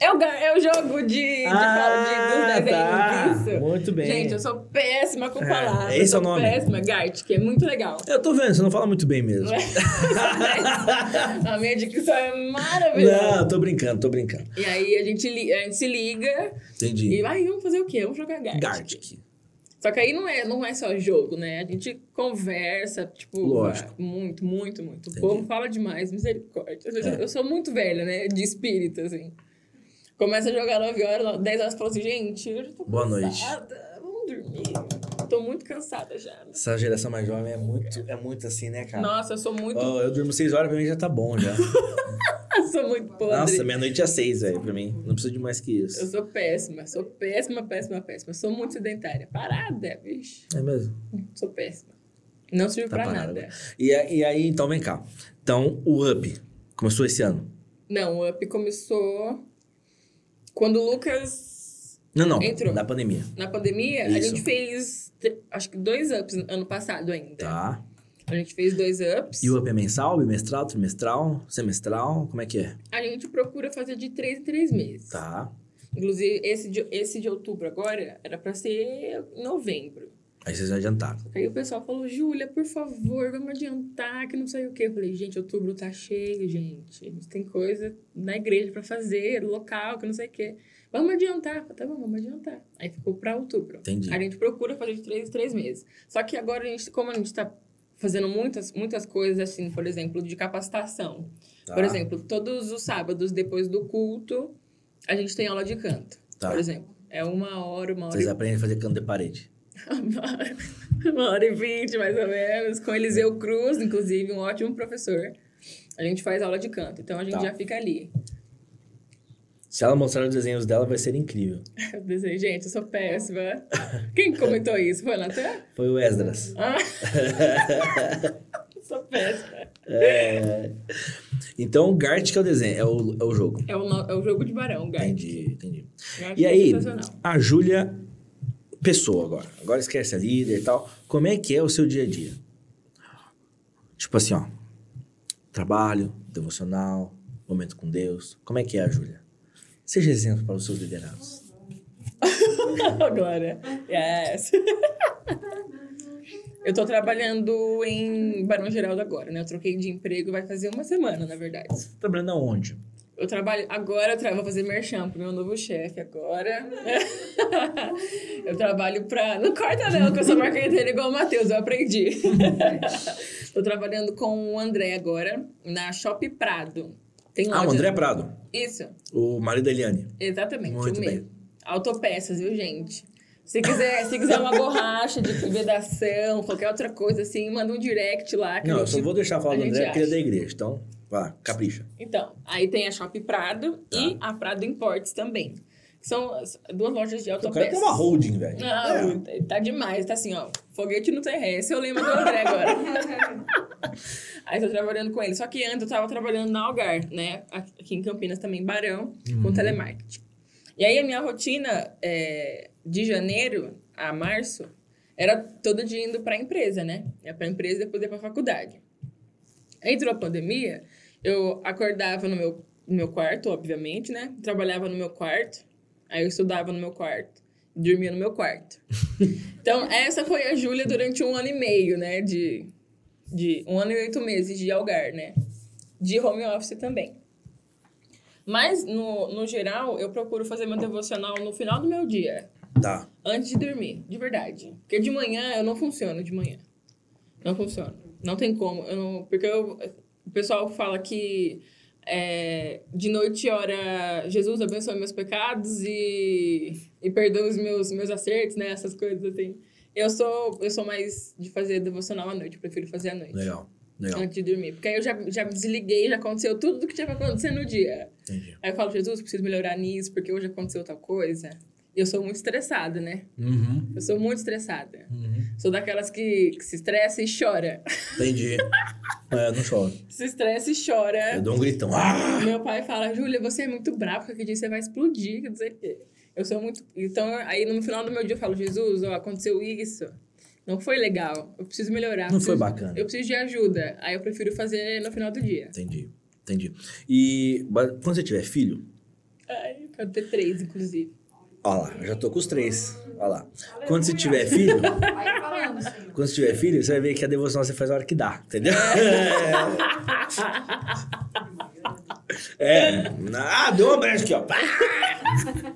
Speaker 1: Ah,
Speaker 2: É o, ga- é o jogo de, de, fala de dos desenhos, isso.
Speaker 1: tá. Muito bem.
Speaker 2: Gente, eu sou péssima com
Speaker 1: É,
Speaker 2: palavras.
Speaker 1: esse é
Speaker 2: eu
Speaker 1: o
Speaker 2: sou
Speaker 1: nome.
Speaker 2: péssima, Gart, que é muito legal.
Speaker 1: [LAUGHS] Eu tô vendo, você não fala muito bem mesmo.
Speaker 2: A minha dicção é maravilhosa.
Speaker 1: Não, tô brincando, tô brincando.
Speaker 2: E aí a gente, li- a gente se liga
Speaker 1: Entendi.
Speaker 2: e aí vamos fazer o quê? Vamos jogar Gartic.
Speaker 1: Gartic.
Speaker 2: Só que aí não é, não é só jogo, né? A gente conversa, tipo,
Speaker 1: Lógico.
Speaker 2: muito, muito, muito.
Speaker 1: Entendi.
Speaker 2: O povo fala demais, misericórdia. Eu,
Speaker 1: É.
Speaker 2: eu sou muito velha, né? De espírito, assim. Começa a jogar 9 horas, 10 horas, fala assim, gente, eu já tô
Speaker 1: Boa noite.
Speaker 2: cansada, vamos dormir. Tô muito cansada já.
Speaker 1: Essa geração mais jovem é muito, é muito assim, né, cara?
Speaker 2: Nossa, eu sou muito,
Speaker 1: Ó, eu durmo 6 horas, pra mim já tá bom já.
Speaker 2: [LAUGHS] eu sou muito podre.
Speaker 1: Nossa, meia-noite às 6, velho, pra mim. Não preciso de mais que
Speaker 2: Eu
Speaker 1: isso.
Speaker 2: sou péssima, sou péssima, péssima, péssima. Sou muito sedentária. Parada, bicho.
Speaker 1: É mesmo.
Speaker 2: Sou péssima. Não sirvo
Speaker 1: Tá
Speaker 2: pra
Speaker 1: parada.
Speaker 2: nada.
Speaker 1: E, a- e aí, então, vem cá. Então, o Up começou esse ano.
Speaker 2: Não, o Up começou quando o Lucas,
Speaker 1: Não, não.
Speaker 2: Entrou.
Speaker 1: Na pandemia.
Speaker 2: na pandemia, a
Speaker 1: Isso.
Speaker 2: gente fez tr- acho que dois ups ano passado ainda.
Speaker 1: Tá.
Speaker 2: A gente fez dois ups.
Speaker 1: E o Up é mensal, bimestral, trimestral, semestral? Como é que é?
Speaker 2: A gente procura fazer de três em três meses.
Speaker 1: Tá.
Speaker 2: Inclusive, esse de, esse de outubro agora era pra ser em novembro.
Speaker 1: Aí vocês adiantaram.
Speaker 2: Aí o pessoal falou, Júlia, por favor, vamos adiantar, que não sei o quê. Eu falei, gente, outubro tá cheio, gente. A gente tem coisa na igreja pra fazer, local, que não sei o quê. Vamos adiantar. Eu falei, tá bom, vamos adiantar. Aí ficou pra outubro.
Speaker 1: Entendi.
Speaker 2: A gente procura fazer de três em três meses. Só que agora, a gente, como a gente tá fazendo muitas, muitas coisas, assim, por exemplo, de capacitação.
Speaker 1: Tá.
Speaker 2: Por exemplo, todos os sábados, depois do culto, a gente tem aula de canto,
Speaker 1: Tá.
Speaker 2: por exemplo. É uma hora, uma hora
Speaker 1: Vocês
Speaker 2: e
Speaker 1: aprendem a fazer canto de parede.
Speaker 2: uma hora- uma hora e vinte, mais ou menos, com Eliseu Cruz, inclusive, um ótimo professor. A gente faz aula de canto, então a gente
Speaker 1: Tá.
Speaker 2: já fica ali.
Speaker 1: Se ela mostrar os desenhos dela, vai ser incrível.
Speaker 2: Eu pensei, gente, eu sou péssima. Quem comentou isso? Foi Natan?
Speaker 1: Foi o [LAUGHS] Esdras.
Speaker 2: Ah. sou péssima.
Speaker 1: É... Então, Gart que é o desenho, é o, é o jogo.
Speaker 2: É o, no- é o jogo de barão, Gai.
Speaker 1: Entendi, entendi.
Speaker 2: Eu acho
Speaker 1: E aí,
Speaker 2: É sensacional. [LAUGHS]
Speaker 1: a Júlia Pessoa agora. Agora esquece a líder e tal. Como é que é o seu dia a dia? Tipo assim, ó. Trabalho, devocional, momento com Deus. Como é que é a Júlia? Seja exemplo para os seus liderados.
Speaker 2: Glória. Yes. [LAUGHS] Eu tô trabalhando em Barão Geraldo agora, né? Eu troquei de emprego vai fazer uma semana, na verdade.
Speaker 1: tá Trabalhando aonde?
Speaker 2: Eu trabalho agora, eu tra... vou fazer merchan pro meu novo chefe agora. [LAUGHS] eu trabalho pra. Não corta, não, que eu sou marqueteira igual o Matheus, eu aprendi. [LAUGHS] Tô trabalhando com o André agora, na Shop Prado. Tem
Speaker 1: Ah, o
Speaker 2: lojas-
Speaker 1: André Prado.
Speaker 2: Isso,
Speaker 1: O marido da Eliane.
Speaker 2: exatamente,
Speaker 1: Muito
Speaker 2: o
Speaker 1: bem.
Speaker 2: mesmo. Autopeças, viu, gente? Se quiser, se quiser uma borracha de vedação, qualquer outra coisa assim, manda um direct lá. que
Speaker 1: Não,
Speaker 2: a
Speaker 1: eu só
Speaker 2: gente-
Speaker 1: vou deixar falar
Speaker 2: a
Speaker 1: do
Speaker 2: gente
Speaker 1: André porque ele é
Speaker 2: acha.
Speaker 1: da igreja. Então, vá, capricha.
Speaker 2: Então, aí tem a Shop Prado
Speaker 1: Tá.
Speaker 2: e a Prado Imports também. São as- duas lojas de
Speaker 1: O cara tem
Speaker 2: autopeças.
Speaker 1: uma holding, velho.
Speaker 2: Não, tá demais, tá assim, ó. Foguete no terrestre, eu lembro do André agora. Aí tô trabalhando com ele. Só que antes eu tava trabalhando na Algar, né? Aqui em Campinas também, Barão, com telemarketing. E aí a minha rotina é, de janeiro a março era todo dia indo pra empresa, né? Ia pra empresa e depois ia pra faculdade. Entrou a pandemia, eu acordava no meu, no meu quarto, obviamente, né? Trabalhava no meu quarto, aí eu estudava no meu quarto, dormia no meu quarto. então, essa foi a Júlia durante um ano e meio, né? De, de um ano e oito meses de Algar, né? De home office também. Mas, no, no geral, eu procuro fazer meu devocional no final do meu dia
Speaker 1: Tá.
Speaker 2: antes de dormir, de verdade. Porque de manhã eu não funciono de manhã. Não funciona. Não tem como. Eu não, porque eu- o pessoal fala que é, de noite ora Jesus abençoe meus pecados e, e perdoa os meus, meus acertos, né? Essas coisas assim. Eu sou, eu sou mais de fazer devocional à noite, eu prefiro fazer à noite.
Speaker 1: Legal, legal.
Speaker 2: Antes de dormir. Porque aí eu já, já me desliguei, já aconteceu tudo que tinha pra acontecer no dia.
Speaker 1: Entendi.
Speaker 2: Aí eu falo, Jesus, preciso melhorar nisso, porque hoje aconteceu tal coisa. E eu sou muito estressada, né?
Speaker 1: Uhum,
Speaker 2: Eu sou muito estressada.
Speaker 1: uhum.
Speaker 2: Sou daquelas que, que se estressa e chora.
Speaker 1: Entendi. é, não chora.
Speaker 2: Se estressa e
Speaker 1: Eu
Speaker 2: chora.
Speaker 1: dou um gritão. Ah!
Speaker 2: Meu pai fala, Júlia, você é muito brava, porque dia você vai explodir, que não sei o quê. Eu sou muito... Então, aí no final do meu dia eu falo, Jesus, ó, aconteceu isso. Não foi legal. Eu preciso melhorar.
Speaker 1: Não foi
Speaker 2: preciso-
Speaker 1: bacana.
Speaker 2: Eu preciso de ajuda. Aí eu prefiro fazer no final do dia.
Speaker 1: Entendi, entendi. E ba- quando você tiver filho,
Speaker 2: Ai, eu quero ter três, inclusive.
Speaker 1: ó lá, eu já tô com os três. Ó lá. Quando você tiver filho,
Speaker 4: Vai falando, Senhor.
Speaker 1: quando você tiver filho, você vai ver que a devoção você faz a hora que dá, entendeu? [LAUGHS] É. Ah, deu uma brecha aqui, ó. Pá!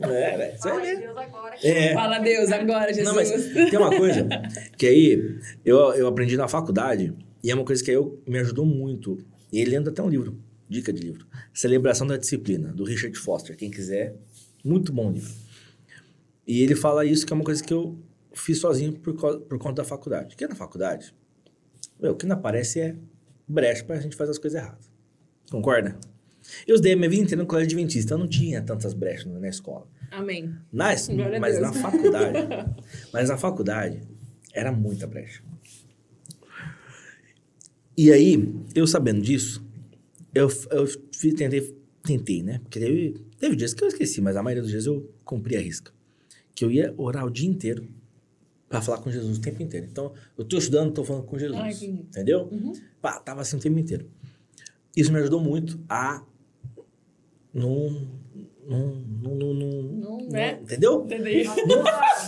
Speaker 1: É, velho. Você vai
Speaker 4: Ai,
Speaker 1: ver.
Speaker 4: Deus, agora.
Speaker 1: É.
Speaker 2: Fala a Deus agora, Jesus.
Speaker 1: Não, mas tem uma coisa que aí eu, eu aprendi na faculdade e é uma coisa que eu, me ajudou muito. E ele lendo até um livro, dica de livro. Celebração da Disciplina, do Richard Foster. Quem quiser, muito bom livro. E ele fala isso que é uma coisa que eu fiz sozinho por, co- por conta da faculdade. Porque na faculdade, meu, o que não aparece é brecha pra gente fazer as coisas erradas. Concorda? Eu dei a minha vida inteira no colégio adventista, eu não tinha tantas brechas na na escola.
Speaker 2: Amém.
Speaker 1: Nas,
Speaker 2: Glória a
Speaker 1: mas
Speaker 2: Deus.
Speaker 1: na faculdade.
Speaker 2: [LAUGHS]
Speaker 1: mas na faculdade era muita brecha. E aí, eu sabendo disso, eu, f- eu fi- tentei, tentei, né? Porque teve, teve dias que eu esqueci, mas a maioria dos dias eu cumpri a risca. Que eu ia orar o dia inteiro pra falar com Jesus o tempo inteiro. Então, eu tô estudando, tô falando com Jesus.
Speaker 2: Ah, entendi.
Speaker 1: entendeu? Pá, tava assim o tempo inteiro. Isso me ajudou muito a não. Não, não, não, não,
Speaker 2: Não, né?
Speaker 1: Entendeu?
Speaker 2: Entendi.
Speaker 1: [LAUGHS]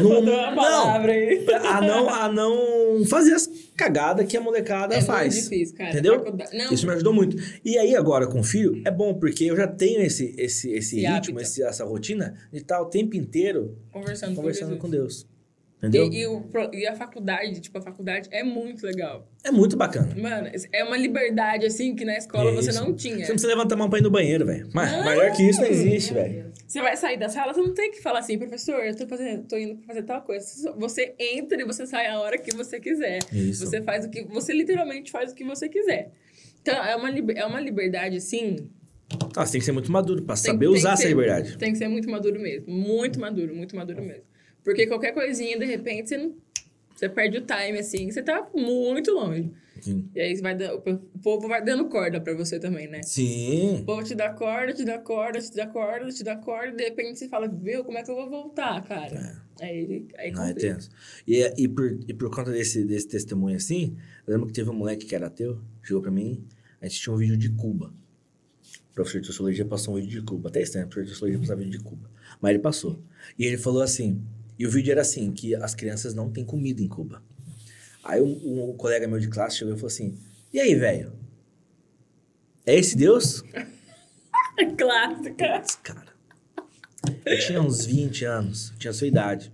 Speaker 1: Não,
Speaker 2: Mandou uma
Speaker 1: não,
Speaker 2: palavra aí.
Speaker 1: a não, a não fazer as cagadas que a molecada
Speaker 2: É
Speaker 1: faz.
Speaker 2: muito difícil, cara.
Speaker 1: Entendeu?
Speaker 2: Faculdade- Não,
Speaker 1: Isso me ajudou muito. E aí, agora com o filho, é bom, porque eu já tenho esse, esse, esse
Speaker 2: Esse
Speaker 1: ritmo,
Speaker 2: hábito.
Speaker 1: esse- essa rotina de estar o tempo inteiro
Speaker 2: conversando,
Speaker 1: conversando
Speaker 2: com
Speaker 1: com
Speaker 2: Jesus.
Speaker 1: Deus. Entendeu?
Speaker 2: E, e, o pro- e a faculdade, tipo, a faculdade é muito legal.
Speaker 1: É muito bacana.
Speaker 2: Mano, é uma liberdade, assim, que na escola
Speaker 1: É
Speaker 2: você
Speaker 1: isso.
Speaker 2: não tinha.
Speaker 1: Você não precisa levantar a mão pra ir no banheiro, velho. Mas maior que isso não existe, velho.
Speaker 2: Você vai sair da sala, você não tem que falar assim, professor, eu tô, fazendo, tô indo fazer tal coisa. Você só- Você entra e você sai a hora que você quiser.
Speaker 1: Isso.
Speaker 2: Você faz o que... Você literalmente faz o que você quiser. Então, é uma, liber- é uma liberdade, assim...
Speaker 1: Ah, você tem que ser muito maduro pra
Speaker 2: tem-
Speaker 1: saber
Speaker 2: tem
Speaker 1: usar
Speaker 2: que um
Speaker 1: essa
Speaker 2: ser-
Speaker 1: liberdade.
Speaker 2: Tem que ser muito maduro mesmo. Muito maduro, muito maduro mesmo. Porque qualquer coisinha, de repente, você não... Você perde o time, assim, você tá muito longe.
Speaker 1: Sim.
Speaker 2: E aí você vai dando- o povo vai dando corda pra você também, né?
Speaker 1: Sim.
Speaker 2: O povo te dá corda, te dá corda, te dá corda, te dá corda, e de repente você fala, viu, como é que eu vou voltar, cara? Aí, aí
Speaker 1: Não, é
Speaker 2: complica.
Speaker 1: tenso. E, é- e, por, e por conta desse, desse testemunho assim, eu lembro que teve um moleque que era ateu, chegou pra mim, a gente tinha um vídeo de Cuba. O professor de sociologia passou um vídeo de Cuba. Até estranho, o professor de sociologia passava vídeo de Cuba. Mas ele passou. E ele falou assim, e o vídeo era assim, que as crianças não têm comida em Cuba. Aí um, um colega meu de classe chegou e falou assim, e aí, velho? É esse Deus?
Speaker 2: [LAUGHS] É clássica.
Speaker 1: Putz, cara. Eu tinha uns 20 anos, tinha a sua idade.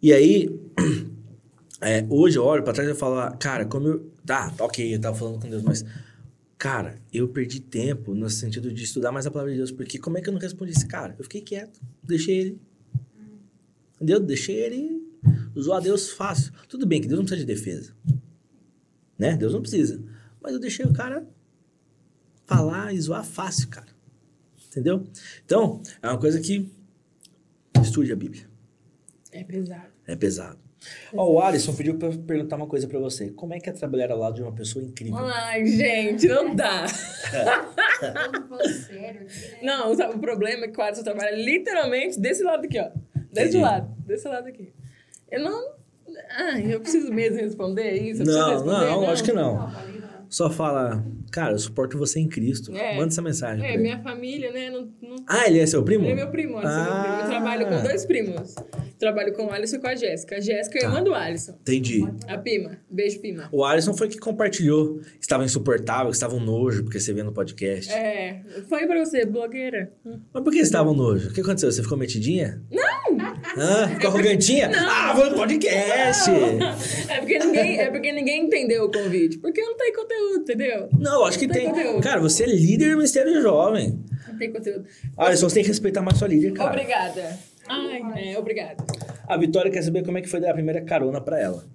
Speaker 1: E aí, [CLEARS THROAT] é, hoje eu olho pra trás e eu falo, ah, cara, como eu. Tá, tá ok, eu tava falando com Deus, mas. Cara, eu perdi tempo no sentido de estudar mais a palavra de Deus, porque como é que eu não respondi esse cara? Eu fiquei quieto, deixei ele. Entendeu? Deixei ele zoar Deus fácil. Tudo bem que Deus não precisa de defesa. Né? Deus não precisa. Mas eu deixei o cara falar e zoar fácil, cara. Entendeu? Então, é uma coisa que estude a Bíblia.
Speaker 2: É pesado.
Speaker 1: É pesado. Ó, o Alisson pediu pra eu perguntar uma coisa pra você. Como é que é trabalhar ao lado de uma pessoa incrível?
Speaker 2: Ai, gente, não dá.
Speaker 4: Todo falando sério aqui, né?
Speaker 2: Não, sabe, o problema é que o Alisson trabalha literalmente desse lado aqui, ó. Desse
Speaker 1: Entendi.
Speaker 2: lado, desse lado aqui. Eu não. Ai, eu preciso mesmo responder isso? Eu preciso
Speaker 1: Não,
Speaker 2: responder, né?
Speaker 1: não, acho que não.
Speaker 4: Não, falei não.
Speaker 1: Só fala, cara, eu suporto você em Cristo.
Speaker 2: É.
Speaker 1: Manda essa mensagem. pra
Speaker 2: É,
Speaker 1: ele.
Speaker 2: minha família, né? Não, não...
Speaker 1: Ah, ele é seu primo?
Speaker 2: Ele é meu primo, Alisson. é meu primo.
Speaker 1: Ah.
Speaker 2: Eu trabalho com dois primos. Trabalho com o Alisson e com a Jéssica. A Jéssica é
Speaker 1: Tá.
Speaker 2: irmã do Alisson.
Speaker 1: Entendi.
Speaker 2: A Pima. Beijo, Pima.
Speaker 1: O Alisson foi que compartilhou. que Estava insuportável, que estava um nojo, porque você vê no podcast.
Speaker 2: É, falei pra você, blogueira.
Speaker 1: Mas por que você estava um nojo? O que aconteceu? Você ficou metidinha? Não! Hã? Ficou arrogantinha? Ah, vou no podcast!
Speaker 2: É porque, ninguém, é porque ninguém entendeu o convite. Porque não tem conteúdo, entendeu?
Speaker 1: Não, acho que
Speaker 2: Não tem
Speaker 1: tem.
Speaker 2: conteúdo.
Speaker 1: Cara, você é líder do Ministério Jovem.
Speaker 2: Não tem conteúdo.
Speaker 1: Alisson, você tem que respeitar mais sua líder, cara.
Speaker 2: Obrigada. Ai, é, obrigada.
Speaker 1: A Vitória quer saber como é que foi dar a primeira carona pra ela.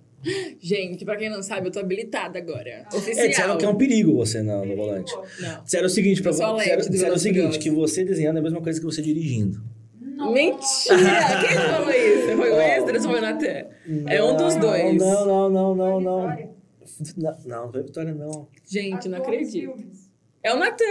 Speaker 2: Gente, pra quem não sabe, eu tô habilitada agora.
Speaker 1: É, disseram
Speaker 2: Oficial.
Speaker 1: que é um perigo você no, no volante.
Speaker 2: Não.
Speaker 1: Disseram o seguinte pra
Speaker 2: Pessoal
Speaker 1: você.
Speaker 2: leve
Speaker 1: Disseram, disseram
Speaker 2: do
Speaker 1: o
Speaker 2: Velozes e
Speaker 1: seguinte:
Speaker 2: Furiosos.
Speaker 1: que você desenhando é a mesma coisa que você dirigindo.
Speaker 2: Mentira! Quem falou isso? Foi o Esdras ou foi o Natan? É um dos
Speaker 1: Não,
Speaker 2: dois.
Speaker 1: Não, não, não, não, não.
Speaker 4: Vitória,
Speaker 1: Não, não foi a Vitória, não.
Speaker 2: Gente, não
Speaker 4: ator de
Speaker 2: acredito.
Speaker 4: filmes.
Speaker 2: É o Natan!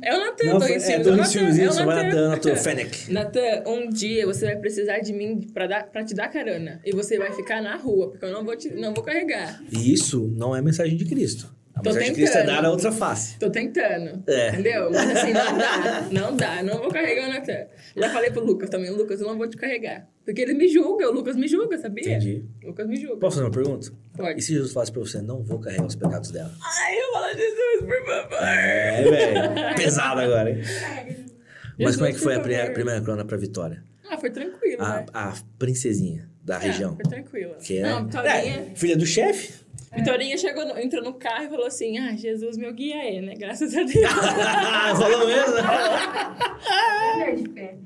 Speaker 2: É o Natan,
Speaker 1: não
Speaker 2: tô
Speaker 1: foi,
Speaker 2: em
Speaker 1: é,
Speaker 2: cima.
Speaker 1: dois filmes, isso,
Speaker 2: é o
Speaker 1: vai na Tana,
Speaker 2: Natan.
Speaker 1: tô Fennec.
Speaker 2: Natan, um dia você vai precisar de mim pra, dar, pra te dar carona. E você vai ficar na rua, porque eu não vou, te, não vou carregar.
Speaker 1: E isso não é mensagem de Cristo. A
Speaker 2: Tô
Speaker 1: mensagem de Cristo é
Speaker 2: tentando.
Speaker 1: dar a outra face.
Speaker 2: Tô tentando.
Speaker 1: É.
Speaker 2: Entendeu? Mas assim, não dá. Não dá. Não vou carregar o Natan. Já falei pro Lucas também. Lucas, eu não vou te carregar. Porque ele me julga. O Lucas me julga, sabia?
Speaker 1: Entendi.
Speaker 2: O Lucas me julga.
Speaker 1: Posso fazer uma pergunta?
Speaker 2: Pode.
Speaker 1: E se Jesus falasse pra você, não vou carregar os pecados dela?
Speaker 2: Ai, eu falo Jesus, por favor.
Speaker 1: É, velho. Pesado agora, hein? Mas
Speaker 2: Jesus,
Speaker 1: como é que foi a
Speaker 2: por
Speaker 1: primeira,
Speaker 2: favor.
Speaker 1: primeira crona pra Vitória?
Speaker 2: Ah, foi tranquilo, né?
Speaker 1: A, a princesinha da
Speaker 2: Ah,
Speaker 1: região.
Speaker 2: foi tranquila.
Speaker 1: Que é,
Speaker 2: Não, é. Vitorinha...
Speaker 1: É, filha do chefe? [LAUGHS]
Speaker 2: Vitorinha chegou, no- entrou no carro e falou assim: Ah, Jesus, meu guia é, né? Graças a
Speaker 1: [LAUGHS]
Speaker 2: Deus.
Speaker 1: Falou mesmo? né?
Speaker 4: Mulher de pé.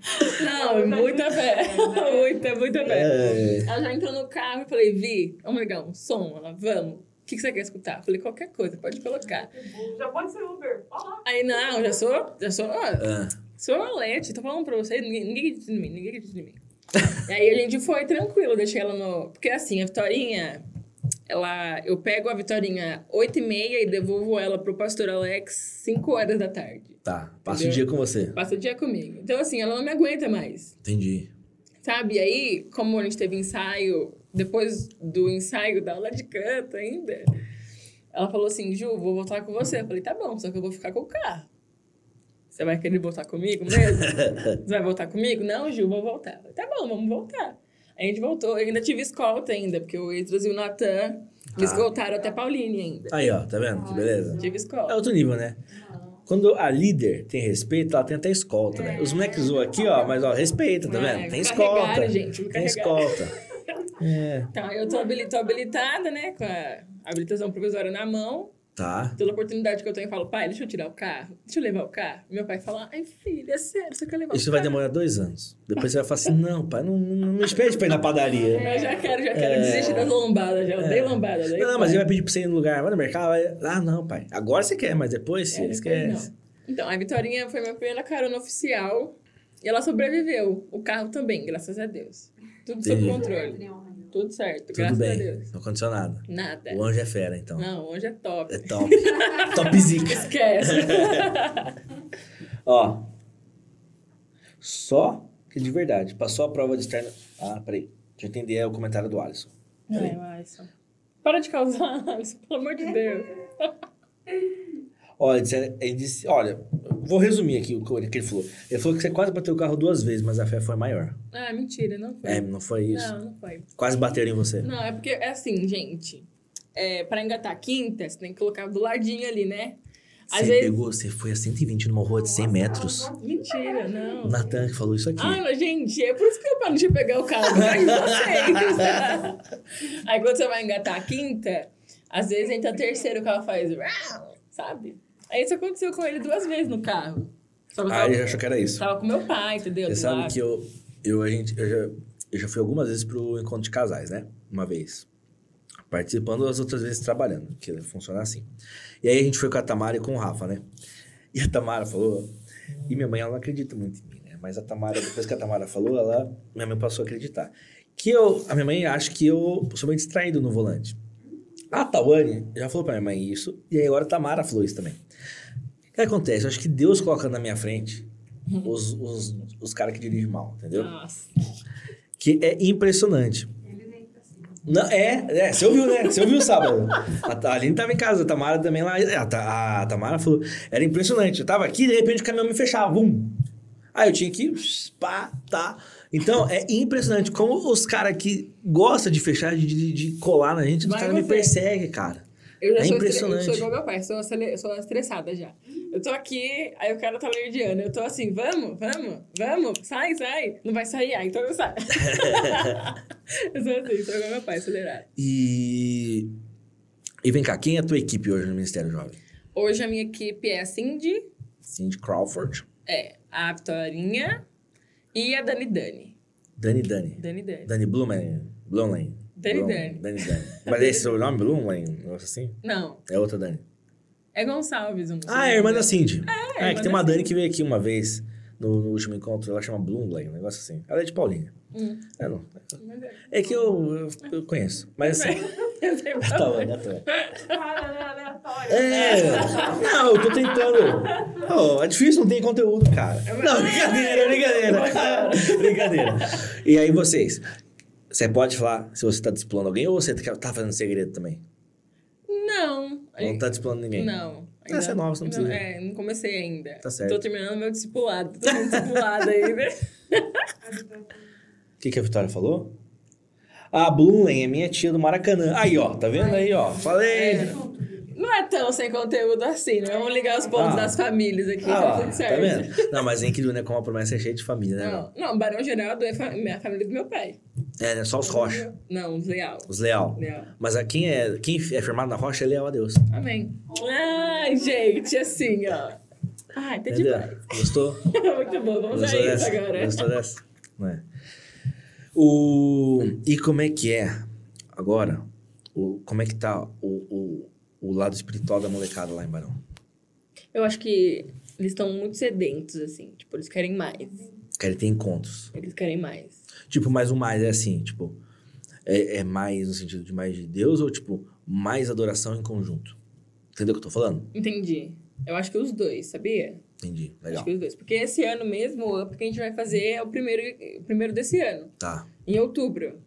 Speaker 2: Não, É, muita fé. [LAUGHS] muita, muita fé.
Speaker 1: É.
Speaker 2: Ela já entrou no carro e falei: Vi, vamos ligar um som? Ela, vamos. O que, que você quer escutar? Eu falei: Qualquer coisa, pode colocar.
Speaker 4: Já pode ser Uber. Ó lá.
Speaker 2: Aí, não, já sou, já sou, ó,
Speaker 1: Ah,
Speaker 2: sou valente, tô falando pra você, ninguém, ninguém acredita em mim, ninguém acredita em mim. e aí a gente foi tranquilo, deixei ela no. Porque assim, a Vitorinha, ela, eu pego a Vitorinha 8h30 e devolvo ela pro pastor Alex 5 horas da tarde.
Speaker 1: tá, passa o dia com você.
Speaker 2: Passa o dia comigo. Então, assim, ela não me aguenta mais.
Speaker 1: Entendi.
Speaker 2: Sabe? E aí, como a gente teve ensaio, depois do ensaio da aula de canto ainda, ela falou assim: Ju, vou voltar com você. Eu falei: tá bom, só que eu vou ficar com o carro. Você vai querer voltar comigo mesmo? você vai voltar comigo? Não, Ju, vou voltar. Eu falei, tá bom, vamos voltar. A gente voltou. Eu ainda tive escolta ainda, porque o Esdras e o Natan me
Speaker 1: Ah.
Speaker 2: escoltaram até Pauline ainda.
Speaker 1: Aí, ó, tá vendo? Que beleza? É
Speaker 2: Tive escolta.
Speaker 1: outro nível, né?
Speaker 4: Não.
Speaker 1: Quando a líder tem respeito, ela tem até escolta, né? Os moleques zoam aqui, ó, mas ó, respeita, tá
Speaker 2: É,
Speaker 1: vendo? Tem
Speaker 2: me
Speaker 1: escolta.
Speaker 2: carregaram, gente, me
Speaker 1: Tem
Speaker 2: carregaram.
Speaker 1: escolta. É.
Speaker 2: Então, eu tô, habili- tô habilitada, né, com a habilitação provisória na mão.
Speaker 1: Tá.
Speaker 2: Toda oportunidade que eu tenho, eu falo, pai, deixa eu tirar o carro, deixa eu levar o carro. Meu pai fala, ai, filha, é sério, você quer levar
Speaker 1: Isso
Speaker 2: o
Speaker 1: vai
Speaker 2: carro?
Speaker 1: demorar dois anos. Depois você vai falar assim: não, pai, não, não não me espere pra ir na padaria.
Speaker 2: É, Eu já quero, já quero desistir das lombadas, já dei lombada. Daí,
Speaker 1: É. Não, não, mas ele vai pedir pra você ir no lugar, vai no mercado, vai... Ah, não, pai. Agora você quer, mas depois você
Speaker 2: É, depois
Speaker 1: esquece.
Speaker 2: não. Então, a Vitorinha foi minha primeira carona oficial e ela sobreviveu. O carro também, graças a Deus. Tudo sob
Speaker 1: Entendi.
Speaker 2: controle.
Speaker 4: Não, não.
Speaker 2: Tudo certo,
Speaker 1: Tudo
Speaker 2: graças a
Speaker 1: bem,
Speaker 2: Deus.
Speaker 1: não aconteceu nada.
Speaker 2: Nada.
Speaker 1: O anjo é fera, então.
Speaker 2: Não, hoje é top.
Speaker 1: É
Speaker 2: [LAUGHS]
Speaker 1: top. Topzica.
Speaker 2: Esquece.
Speaker 1: Ó. Só que de verdade, passou a prova de externa. Ah, peraí. Deixa eu entender é o comentário do Alisson.
Speaker 2: Ai, Alisson. Para de causar, [LAUGHS] Alisson, pelo amor de Deus.
Speaker 1: Olha, disseram- ele disse, olha, vou resumir aqui o que ele que ele falou. Ele falou que você quase bateu o carro duas vezes, mas a fé foi maior.
Speaker 2: Ah, mentira, não foi.
Speaker 1: É, não foi isso.
Speaker 2: Não, não foi.
Speaker 1: Quase bateram em você.
Speaker 2: Não, é porque é assim, gente. É, pra engatar a quinta, você tem que colocar do ladinho ali, né? Às
Speaker 1: Você
Speaker 2: vezes.
Speaker 1: pegou, você foi a 120 numa rua de 100 metros.
Speaker 2: Mentira, não.
Speaker 1: O Natan que falou isso aqui.
Speaker 2: Ah, não, gente, é por isso que eu paro de pegar o carro. né?
Speaker 1: [LAUGHS]
Speaker 2: Vocês. Aí quando você vai engatar a quinta, às vezes entra terceiro, o carro faz. "Rau", Sabe? Aí isso aconteceu com ele duas vezes no carro. Só que eu um
Speaker 1: Ah,
Speaker 2: tava,
Speaker 1: ele achou que era isso.
Speaker 2: tava com meu pai, entendeu?
Speaker 1: Você
Speaker 2: Do
Speaker 1: sabe
Speaker 2: lado.
Speaker 1: que eu, eu, a gente, eu, já, eu já fui algumas vezes pro encontro de casais, né? Uma vez. Participando, as outras vezes trabalhando, que funciona assim. E aí a gente foi com a Tamara e com o Rafa, né? E a Tamara falou. E minha mãe, ela não acredita muito em mim, né? Mas a Tamara, depois que a Tamara falou, ela, minha mãe passou a acreditar. Que eu, a minha mãe acha que eu sou meio distraído no volante. A Tawane já falou pra minha mãe isso, e aí agora a Tamara falou isso também. O que acontece? Eu acho que Deus coloca na minha frente os, os, os caras que dirigem mal, entendeu?
Speaker 2: Nossa.
Speaker 1: Que é impressionante.
Speaker 4: Ele nem tá assim.
Speaker 1: Não, é, é, você ouviu, né? Você ouviu
Speaker 2: [LAUGHS]
Speaker 1: sábado. A, Ta- a Aline tava em casa, a Tamara também lá. É, A, Ta- a Tamara falou, era impressionante. Eu tava aqui, de repente o caminhão me fechava, bum. Aí eu tinha que, ir, pá, tá. Então, é impressionante como os caras que gostam de fechar, de, de- de colar na gente, os
Speaker 2: Vai
Speaker 1: caras me
Speaker 2: você.
Speaker 1: perseguem, cara.
Speaker 2: Eu já
Speaker 1: É impressionante.
Speaker 2: sou impressionante. Eu sou igual meu pai, sou, acele- sou estressada já. Eu tô aqui, aí o cara tá lerdiando. Eu tô assim, vamos, vamos, vamos, sai, sai. Não vai sair, ah, então
Speaker 1: [LAUGHS]
Speaker 2: eu saio. eu sou assim, sou igual meu pai, acelerada.
Speaker 1: E... E vem cá, quem é a tua equipe hoje no Ministério Jovem?
Speaker 2: Hoje a minha equipe é a Cindy,
Speaker 1: Cindy Crawford,
Speaker 2: é, a Vitorinha e a Dani Dani.
Speaker 1: Dani Dani.
Speaker 2: Dani Dani.
Speaker 1: Dani Blumen. Blumen.
Speaker 2: Dani
Speaker 1: Blumen,
Speaker 2: Dani.
Speaker 1: Dani Dani. Mas é esse sobrenome, Blumen? Um negócio assim?
Speaker 2: Não,
Speaker 1: É outra Dani.
Speaker 2: é Gonçalves. Um
Speaker 1: Ah, é a irmã da Cindy. É,
Speaker 2: a
Speaker 1: que
Speaker 2: irmã
Speaker 1: tem
Speaker 2: da
Speaker 1: uma Dani que veio aqui uma vez no, no último encontro. Ela chama Blumley, um negócio assim. Ela é de Paulinha.
Speaker 2: Hum.
Speaker 1: É, não.
Speaker 2: Mas é-
Speaker 1: É que eu, eu, eu conheço. Mas assim.
Speaker 2: [LAUGHS]
Speaker 1: [LAUGHS]
Speaker 2: Eu sei
Speaker 1: tá bom,
Speaker 2: falar.
Speaker 1: né, tá bom.
Speaker 4: Fala, aleatório.
Speaker 1: É! Não, eu tô tentando. Ó, é difícil, não tem conteúdo, cara.
Speaker 2: É
Speaker 1: Não, brincadeira, brincadeira. [LAUGHS] brincadeira. E aí, vocês? Você pode falar se você tá disciplinando alguém ou você tá fazendo segredo também?
Speaker 2: Não.
Speaker 1: Não tá disciplinando ninguém?
Speaker 2: Não.
Speaker 1: Ah, você é nova, você não
Speaker 2: ainda-
Speaker 1: precisa.
Speaker 2: É, não comecei ainda.
Speaker 1: Tá certo.
Speaker 2: Tô terminando meu discipulado. Tô sendo discipulada aí,
Speaker 1: [LAUGHS]
Speaker 2: né?
Speaker 1: O que, que a Vitória falou? Ah, Blumen é minha tia do Maracanã. Aí, ó, tá vendo aí, ó? Falei!
Speaker 2: É. Não é tão sem conteúdo assim, né? Vamos ligar os pontos
Speaker 1: Ah.
Speaker 2: das famílias aqui,
Speaker 1: Ah,
Speaker 2: tá
Speaker 1: lá,
Speaker 2: tudo
Speaker 1: tá
Speaker 2: certo.
Speaker 1: vendo? Não, mas é incrível, né? Como a promessa é cheia de família, né?
Speaker 2: Não, não, Barão Geraldo é fa- minha família do meu pai.
Speaker 1: É, né? Só os Rocha,
Speaker 2: Não, Leal.
Speaker 1: os Leal.
Speaker 2: Leal.
Speaker 1: Mas a quem é, quem é firmado na Rocha é Leal a Deus.
Speaker 2: Amém. Ai, gente, assim, ó. Ai, tá
Speaker 1: Entendeu?
Speaker 2: demais.
Speaker 1: Gostou?
Speaker 2: [LAUGHS] Muito bom, vamos
Speaker 1: Gostou
Speaker 2: a isso
Speaker 1: dessa?
Speaker 2: agora.
Speaker 1: Gostou dessa? Não é. O... E como é que é agora? O... Como é que tá o, o, o lado espiritual da molecada lá em Barão?
Speaker 2: Eu acho que eles estão muito sedentos, assim. Tipo, eles querem mais.
Speaker 1: Querem ter encontros.
Speaker 2: Eles querem mais.
Speaker 1: Tipo, mais um mais é assim, tipo, é, é mais no sentido de mais de Deus ou tipo, mais adoração em conjunto? Entendeu o que eu tô falando?
Speaker 2: Entendi. Eu acho que os dois, sabia?
Speaker 1: Entendi.
Speaker 2: Acho
Speaker 1: Legal.
Speaker 2: que os dois. Porque esse ano mesmo, o up que a gente vai fazer é o primeiro, o primeiro desse ano,
Speaker 1: Tá.
Speaker 2: em outubro.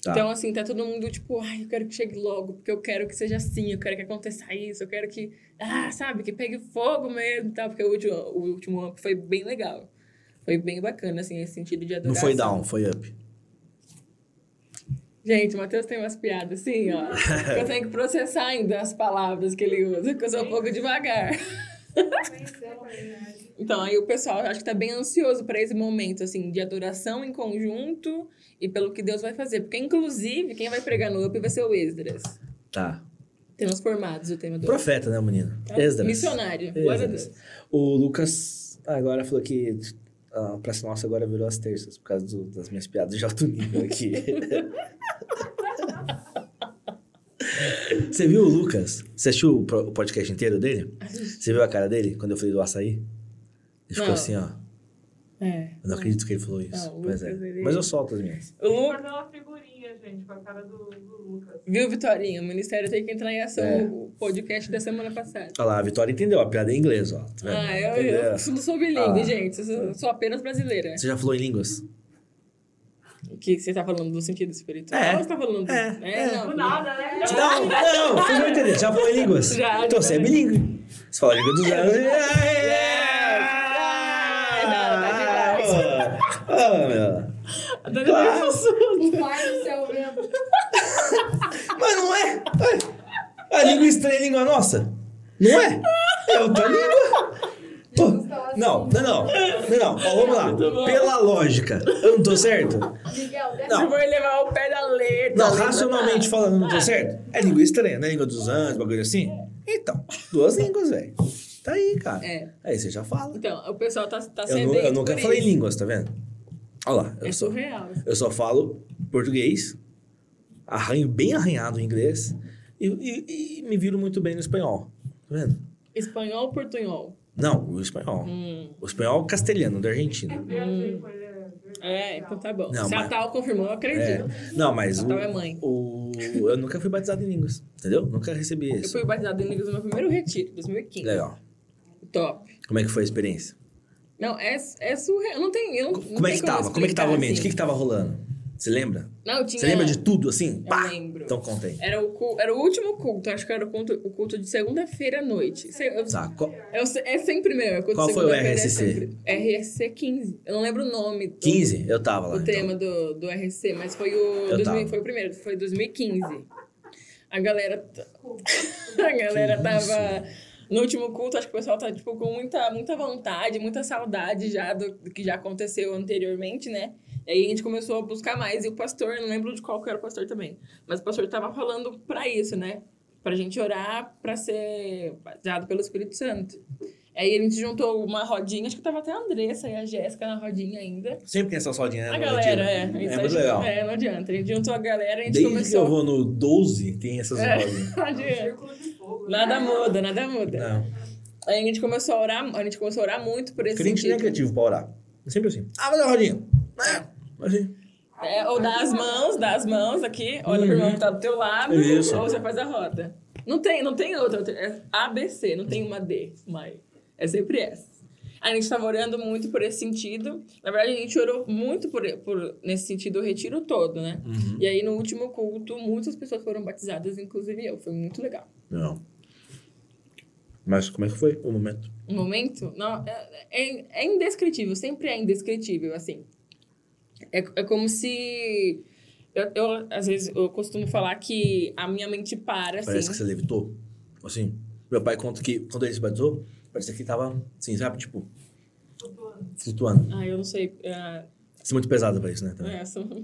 Speaker 1: Tá.
Speaker 2: Então, assim, tá todo mundo tipo, ai, eu quero que chegue logo, porque eu quero que seja assim, eu quero que aconteça isso, eu quero que, ah, sabe, que pegue fogo mesmo e tal, porque o último, o último up foi bem legal. Foi bem bacana, assim, esse sentido de
Speaker 1: Não
Speaker 2: adoração.
Speaker 1: foi down, foi up.
Speaker 2: Gente, o Matheus tem umas piadas assim, ó. que eu tenho que processar ainda as palavras que ele usa, porque eu sou um pouco devagar.
Speaker 4: Conheceu, na verdade.
Speaker 2: Então, aí o pessoal acho que tá bem ansioso pra esse momento, assim, de adoração em conjunto e pelo que Deus vai fazer. Porque, inclusive, quem vai pregar no UP vai ser o Esdras.
Speaker 1: Tá.
Speaker 2: Temos formados o tema do UP.
Speaker 1: Profeta, né, menino?
Speaker 2: Tá?
Speaker 1: Esdras.
Speaker 2: Missionário.
Speaker 1: Esdras.
Speaker 2: Glória a Deus.
Speaker 1: O Lucas ah, agora falou que a Praça Nossa agora virou as terças por causa do- das minhas piadas de alto nível aqui. [LAUGHS] Você viu o Lucas? Você assistiu o pro- o podcast inteiro dele? Você viu a cara dele quando eu falei do açaí? Ele ficou
Speaker 2: Não.
Speaker 1: assim, ó.
Speaker 2: É.
Speaker 1: Eu não acredito que ele falou isso.
Speaker 2: Não, o
Speaker 1: pois é.
Speaker 2: Lucas, ele-
Speaker 1: Mas eu solto as minhas.
Speaker 2: O Lu-
Speaker 4: Fazer uma figurinha, gente, com a cara do, do Lucas.
Speaker 2: Viu, Vitorinha? O Ministério tem que entrar em ação.
Speaker 1: É.
Speaker 2: O podcast da semana passada.
Speaker 1: Olha lá, a Vitória entendeu. A piada é em inglês, ó. Tá vendo?
Speaker 2: Ah, eu,
Speaker 1: Entendeu?
Speaker 2: eu não sou bilíngue,
Speaker 1: Ah.
Speaker 2: gente. Eu sou, sou apenas brasileira.
Speaker 1: Você já falou em línguas?
Speaker 2: O que você tá falando do sentido espiritual?
Speaker 1: É.
Speaker 2: Ou você tá falando do...
Speaker 1: É, é.
Speaker 4: Do
Speaker 2: não.
Speaker 4: nada, né?
Speaker 1: Não, não, vocês não entenderam. Já É, falou em línguas?
Speaker 2: Já,
Speaker 1: Então
Speaker 2: já.
Speaker 1: você é bilíngue. Você fala a língua dos anos. e-
Speaker 2: Ah,
Speaker 1: Ah, meu.
Speaker 2: A Dani tá
Speaker 1: Claro.
Speaker 2: assunto.
Speaker 4: O pai do céu mesmo.
Speaker 1: Mas não é? A língua estranha é a língua nossa? Não é? É outra língua. Pô, Não, não, não. Não, não. Ó, vamos lá. Pela lógica. Eu não tô certo?
Speaker 4: Miguel, desce
Speaker 1: Não.
Speaker 2: Eu vou levar o pé da letra.
Speaker 1: Não,
Speaker 2: Letra.
Speaker 1: racionalmente falando, não tô certo? É língua estranha, né? Língua dos anjos, bagulho assim? Então, duas línguas, velho. Tá aí, cara.
Speaker 2: É.
Speaker 1: Aí você já fala.
Speaker 2: Então, o pessoal tá, tá
Speaker 1: Eu, nu-
Speaker 2: sedento
Speaker 1: eu nunca
Speaker 2: por
Speaker 1: falei
Speaker 2: isso.
Speaker 1: línguas, tá vendo? Olha lá, eu,
Speaker 2: É
Speaker 1: só,
Speaker 2: surreal.
Speaker 1: eu só falo português, arranho bem arranhado em inglês e, e- e me viro muito bem no espanhol. Tá vendo?
Speaker 2: Espanhol ou portunhol?
Speaker 1: Não, o espanhol.
Speaker 2: Hum.
Speaker 1: O espanhol castelhano, da Argentina.
Speaker 4: assim,
Speaker 2: É, então tá bom.
Speaker 1: Não,
Speaker 2: Se
Speaker 1: mas-
Speaker 2: a Tal confirmou, eu
Speaker 1: É.
Speaker 2: acredito.
Speaker 1: Não, mas o,
Speaker 2: Natal é mãe.
Speaker 1: o- eu nunca fui batizado em línguas, entendeu? Nunca recebi
Speaker 2: Eu
Speaker 1: isso.
Speaker 2: fui batizado em línguas no meu primeiro retiro, 2015.
Speaker 1: Legal.
Speaker 2: Top.
Speaker 1: Como é que foi a experiência?
Speaker 2: Não, é, é surreal. Não tem. Eu não, não
Speaker 1: Como é
Speaker 2: tem
Speaker 1: que tava? Como é que tava o
Speaker 2: explicar,
Speaker 1: ambiente? O
Speaker 2: assim.
Speaker 1: que que tava rolando? Você lembra?
Speaker 2: Não, eu tinha.
Speaker 1: Você lembra de tudo assim?
Speaker 2: Eu
Speaker 1: Pá!
Speaker 2: lembro. É.
Speaker 1: Então conta aí.
Speaker 2: Era o, cu- era o último culto, acho que era o culto, o culto de segunda-feira à noite. Se- eu-
Speaker 1: Tá, qual-
Speaker 2: eu se- é sempre meu. É culto
Speaker 1: Qual
Speaker 2: de
Speaker 1: foi o
Speaker 2: segunda-feira, é
Speaker 1: RSC?
Speaker 2: sempre- RSC 15. Eu não lembro o nome. do-
Speaker 1: 15? Eu tava lá.
Speaker 2: o
Speaker 1: então.
Speaker 2: tema do, do RC, mas foi o,
Speaker 1: Eu
Speaker 2: 2000
Speaker 1: tava.
Speaker 2: foi o primeiro, foi 2015. A galera. t- A galera
Speaker 1: Que
Speaker 2: tava. No último culto, acho que o pessoal tá tipo, com muita, muita vontade, muita saudade já do, do que já aconteceu anteriormente, né? E aí a gente começou a buscar mais. E o pastor, não lembro de qual que era o pastor também, mas o pastor tava falando pra isso, né? Pra gente orar pra ser baseado pelo Espírito Santo. Aí a gente juntou uma rodinha, acho que tava até a Andressa e a Jéssica na rodinha ainda.
Speaker 1: Sempre tem essa soldinha, né?
Speaker 2: A
Speaker 1: no
Speaker 2: galera, é.
Speaker 1: retiro.
Speaker 2: Isso
Speaker 1: É
Speaker 2: aí,
Speaker 1: muito legal.
Speaker 2: É, não adianta. A gente juntou a galera, a gente
Speaker 1: Desde que
Speaker 2: começou. [LAUGHS]
Speaker 1: eu vou no 12, tem essas
Speaker 2: É.
Speaker 1: soldinhas.
Speaker 2: Não adianta.
Speaker 4: Círculo de fogo. né?
Speaker 2: Nada muda, nada muda.
Speaker 1: Não.
Speaker 2: Aí a gente começou a orar, a gente começou a orar muito por esse
Speaker 1: Crente não é
Speaker 2: sentido.
Speaker 1: criativo pra orar. É sempre assim. Ah, vai dar rodinha. É. Assim.
Speaker 2: É, ou dá as mãos, dá as mãos aqui, olha pro irmão que tá do teu lado,
Speaker 1: Isso.
Speaker 2: ou você faz a roda. Não tem, não tem outra, é ABC, não tem uma D, mas é sempre essa. A gente tava orando muito por esse sentido. Na verdade, a gente orou muito por, por nesse sentido o retiro todo, né? E aí, no último culto, muitas pessoas foram batizadas, inclusive eu. Foi muito legal.
Speaker 1: Não. Mas como é que foi o momento?
Speaker 2: um momento, não, é, é- é indescritível, sempre é indescritível, assim. É, é como se. Eu, eu, às vezes, eu costumo falar que a minha mente para, assim.
Speaker 1: Parece que você levitou. Assim, meu pai conta que quando ele se batizou, parecia que tava, assim, sabe? Tipo,
Speaker 4: Flutuando.
Speaker 1: flutuando.
Speaker 2: Ah, eu não sei. ah,
Speaker 1: Isso é muito pesado pra isso, né? Também. [LAUGHS]
Speaker 2: essa, não.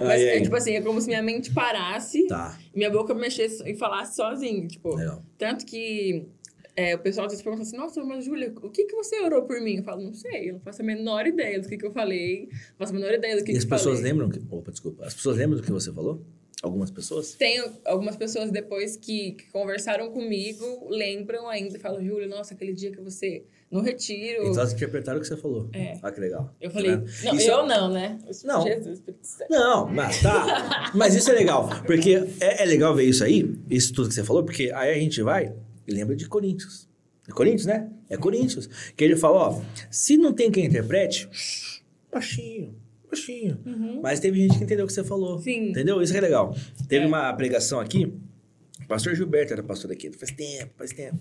Speaker 2: Mas
Speaker 1: Ai,
Speaker 2: é
Speaker 1: ai.
Speaker 2: tipo assim, é como se minha mente parasse,
Speaker 1: Tá, É.
Speaker 2: minha boca mexesse e falasse sozinha, tipo.
Speaker 1: legal.
Speaker 2: Tanto que é, o pessoal às vezes pergunta assim, nossa, mas Júlia, o que, que você orou por mim? Eu falo, não sei, eu não faço a menor ideia do que, que eu falei, não faço a menor ideia do que,
Speaker 1: e
Speaker 2: que
Speaker 1: as
Speaker 2: eu
Speaker 1: pessoas
Speaker 2: falei.
Speaker 1: lembram que... Opa, desculpa. As pessoas lembram do que você falou? Algumas pessoas?
Speaker 2: Tem algumas pessoas depois que, que conversaram comigo, lembram ainda, falam, Júlia, nossa, aquele dia que você no retiro.
Speaker 1: Então elas interpretaram o que você falou.
Speaker 2: É.
Speaker 1: Ah, que legal.
Speaker 2: eu falei,
Speaker 1: Tá vendo?
Speaker 2: não,
Speaker 1: Isso-
Speaker 2: eu não, né?
Speaker 1: Não.
Speaker 2: Jesus, Espírito Santo.
Speaker 1: Não, mas tá. Mas isso é legal, porque é, é legal ver isso aí, isso tudo que você falou, porque aí a gente vai e lembra de Coríntios. É Coríntios, né? É Coríntios. Que ele fala, ó, se não tem quem interprete, baixinho, baixinho.
Speaker 2: Uhum.
Speaker 1: Mas teve gente que entendeu o que você falou.
Speaker 2: Sim.
Speaker 1: Entendeu? Isso que é legal. Teve
Speaker 2: É.
Speaker 1: uma pregação aqui, o pastor Gilberto era pastor aqui, faz tempo, faz tempo.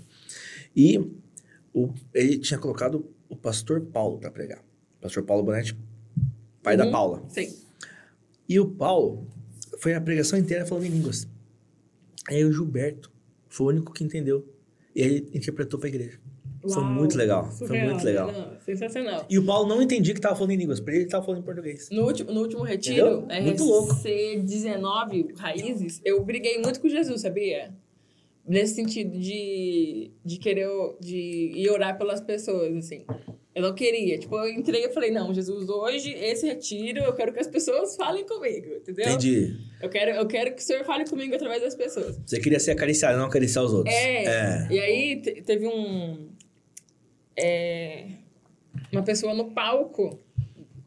Speaker 1: E o- ele tinha colocado o pastor Paulo pra pregar. Pastor Paulo Bonetti, pai da
Speaker 2: Uhum.
Speaker 1: Paula.
Speaker 2: Sim.
Speaker 1: E o Paulo foi a pregação inteira falando em línguas. Aí o Gilberto foi o único que entendeu. E ele interpretou pra igreja. foi
Speaker 2: Uau,
Speaker 1: muito legal. Foi
Speaker 2: surreal,
Speaker 1: muito legal.
Speaker 2: não, sensacional.
Speaker 1: E o Paulo não entendia que tava falando em línguas, pra ele ele tava falando em português.
Speaker 2: No último, no último retiro, é,
Speaker 1: Entendeu? Muito louco.
Speaker 2: C19 Raízes, eu briguei muito com Jesus, sabia? Nesse sentido de, de querer o- de ir orar pelas pessoas, assim. Eu não queria. Tipo, eu entrei e falei, não, Jesus, hoje, esse retiro, eu quero que as pessoas falem comigo, entendeu?
Speaker 1: Entendi.
Speaker 2: Eu quero, eu quero que o Senhor fale comigo através das pessoas.
Speaker 1: Você queria ser acariciado, É. não acariciar os outros.
Speaker 2: É. E aí te- teve um. é, uma pessoa no palco.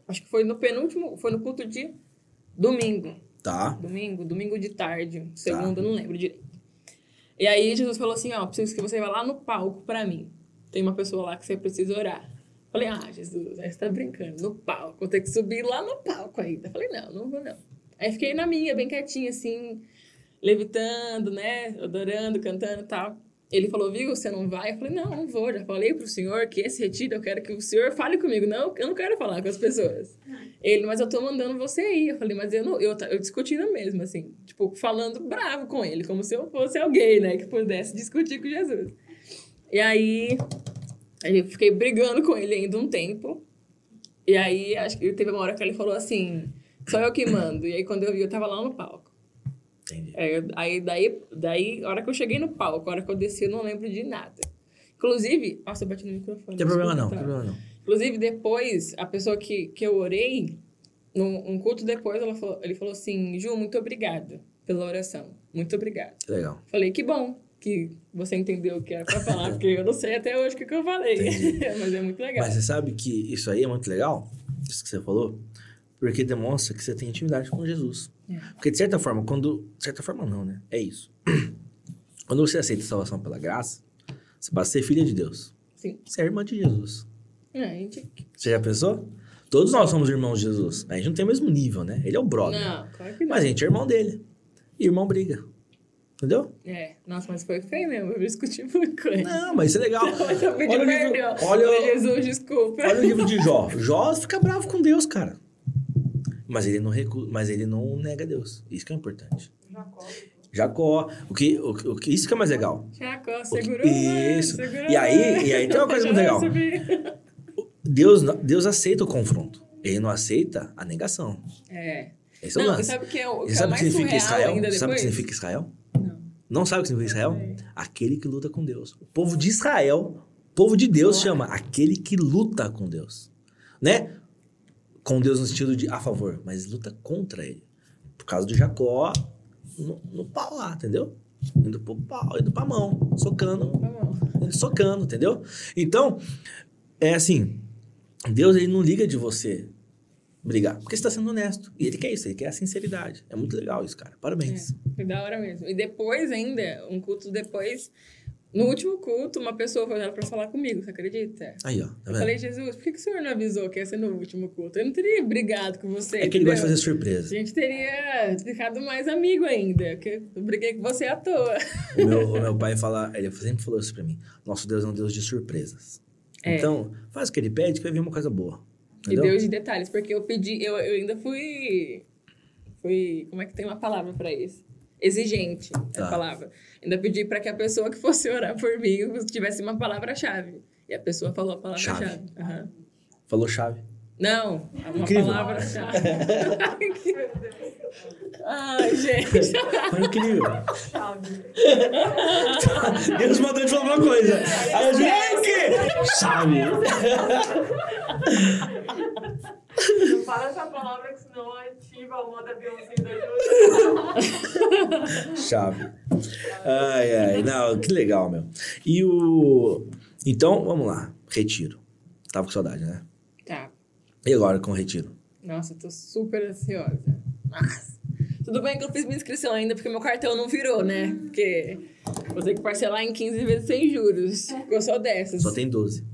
Speaker 2: Acho que foi no penúltimo, foi no culto de domingo.
Speaker 1: Tá.
Speaker 2: Domingo, domingo de tarde, segunda, não lembro direito. E aí Jesus falou assim, ó, preciso que você vá lá no palco pra mim. Tem uma pessoa lá que você precisa orar. Falei, ah, Jesus, aí você tá brincando, no palco, vou ter que subir lá no palco ainda. Falei, não, não vou não. Aí fiquei na minha, bem quietinha, assim, levitando, né, adorando, cantando e tal. Ele falou, viu, você não vai? Eu falei, não, não vou, já falei pro senhor que esse retiro eu quero que o senhor fale comigo. Não, eu não quero falar com as pessoas. Ele, mas eu tô mandando você ir. Eu falei, mas eu não, eu, ta- eu discutindo mesmo, assim, tipo, falando bravo com ele, como se eu fosse alguém, né, que pudesse discutir com Jesus. E aí, aí eu fiquei brigando com ele ainda um tempo. E aí, acho que teve uma hora que ele falou assim, só eu que mando. E aí, quando eu vi, eu tava lá no palco.
Speaker 1: Entendi.
Speaker 2: É, aí, daí, daí, a hora que eu cheguei no palco, a hora que eu desci, eu não lembro de nada. Inclusive, nossa, eu bati no microfone.
Speaker 1: Não tem problema não, não
Speaker 2: desculpa,
Speaker 1: tem
Speaker 2: tá?
Speaker 1: problema não.
Speaker 2: Inclusive, depois, a pessoa que, que eu orei, num um culto depois, ela falou- ele falou assim: Ju, muito obrigada pela oração. Muito obrigada.
Speaker 1: Que legal.
Speaker 2: Falei, que bom que você entendeu o que era pra falar, porque eu não sei até hoje o que, que eu falei. [LAUGHS] Mas é muito legal.
Speaker 1: Mas você sabe que isso aí é muito legal, isso que você falou, porque demonstra que você tem intimidade com Jesus.
Speaker 2: É.
Speaker 1: Porque de certa forma, quando. De certa forma, não, né? É isso. [CLEARS THROAT] Quando você aceita a salvação pela graça, você passa a ser filha de Deus.
Speaker 2: Sim.
Speaker 1: Você é irmã de Jesus.
Speaker 2: É, a gente...
Speaker 1: Você já pensou? Todos nós somos irmãos de Jesus. A gente não tem o mesmo nível, né? Ele é o brother.
Speaker 2: Não, claro que não.
Speaker 1: Mas a gente é irmão dele. E irmão briga. Entendeu?
Speaker 2: É, nossa, mas foi feio mesmo. Eu discuti [LAUGHS] muito com ele.
Speaker 1: Não, mas isso é legal.
Speaker 2: Mas eu pedi
Speaker 1: Olha o livro-
Speaker 2: perdão.
Speaker 1: olha o-
Speaker 2: Jesus, desculpa.
Speaker 1: Olha o livro de Jó. Jó fica bravo com Deus, cara. Mas ele não recu... mas ele não nega Deus. Isso que é importante.
Speaker 4: Jacó.
Speaker 1: Jacó, o que, o, que- o que isso que é mais legal.
Speaker 2: Chacó,
Speaker 1: que-
Speaker 2: segurou. né?
Speaker 1: isso.
Speaker 2: Segurou,
Speaker 1: E aí-
Speaker 2: né?
Speaker 1: e aí tem uma coisa muito
Speaker 2: Já
Speaker 1: legal.
Speaker 2: recebi.
Speaker 1: Deus não- Deus aceita o confronto. Ele não aceita a negação.
Speaker 2: É.
Speaker 1: Esse é o
Speaker 2: Não, e
Speaker 1: lance.
Speaker 2: sabe o que é o,
Speaker 1: E
Speaker 2: que é o
Speaker 1: sabe o que
Speaker 2: mais
Speaker 1: significa
Speaker 2: surreal
Speaker 1: Israel?
Speaker 2: ainda depois?
Speaker 1: Sabe o que significa Israel?
Speaker 2: Não.
Speaker 1: Não sabe o que significa Israel?
Speaker 2: sei.
Speaker 1: Aquele que luta com Deus. O povo de Israel, o povo de Deus chama aquele que luta com Deus. Né? Com Deus no sentido de a favor, mas luta contra ele. Por causa do Jacó no, no pau lá, entendeu? Indo pro pau, indo pra mão, socando,
Speaker 2: Tá bom.
Speaker 1: indo socando, entendeu? Então, é assim, Deus ele não liga de você brigar, porque você tá sendo honesto. E ele quer isso, ele quer a sinceridade. É muito legal isso, cara. Parabéns.
Speaker 2: É, foi da hora mesmo. E depois ainda, um culto depois, no último culto, uma pessoa foi lá pra falar comigo, você acredita?
Speaker 1: Aí, ó, tá
Speaker 2: Eu
Speaker 1: vendo?
Speaker 2: falei, Jesus, por que, que o senhor não avisou que ia ser no último culto? Eu não teria brigado com você.
Speaker 1: É que ele gosta de fazer
Speaker 2: entendeu?
Speaker 1: surpresa.
Speaker 2: [LAUGHS] A gente teria ficado mais amigo ainda, porque eu briguei com você à toa.
Speaker 1: O meu, o meu pai fala, ele sempre falou isso pra mim. Nosso Deus é um Deus de surpresas.
Speaker 2: É.
Speaker 1: Então, faz o que ele pede que vai vir uma coisa boa.
Speaker 2: E
Speaker 1: Entendeu?
Speaker 2: deu de detalhes, porque eu pedi, eu, eu ainda fui. Fui. Como é que tem uma palavra pra isso? Exigente, é
Speaker 1: Tá.
Speaker 2: a palavra. Ainda pedi pra que a pessoa que fosse orar por mim tivesse uma palavra-chave. E a pessoa falou a palavra-chave.
Speaker 1: Chave.
Speaker 2: Aham.
Speaker 1: Falou chave.
Speaker 2: Não, é uma
Speaker 1: Incrível.
Speaker 2: palavra-chave. [LAUGHS]
Speaker 4: Meu Deus.
Speaker 2: Ai, gente.
Speaker 1: Foi incrível.
Speaker 4: Chave.
Speaker 1: Deus mandou te falar uma coisa. Aí eu digo, é o
Speaker 2: [LAUGHS]
Speaker 1: quê? Chave.
Speaker 4: Não fala essa palavra que senão ativa o modo aviãozinho da Júlia.
Speaker 1: Chave. Ai, ai. Não, que legal, meu. E o... Então, vamos lá. Retiro. Tava com saudade, né?
Speaker 2: Tá.
Speaker 1: E agora com o retiro?
Speaker 2: Nossa, eu tô super ansiosa. Nossa. Tudo bem que eu fiz minha inscrição ainda, porque meu cartão não virou, né? Porque vou ter que parcelar em 15 vezes sem juros. Porque eu sou dessas.
Speaker 1: Só tem 12.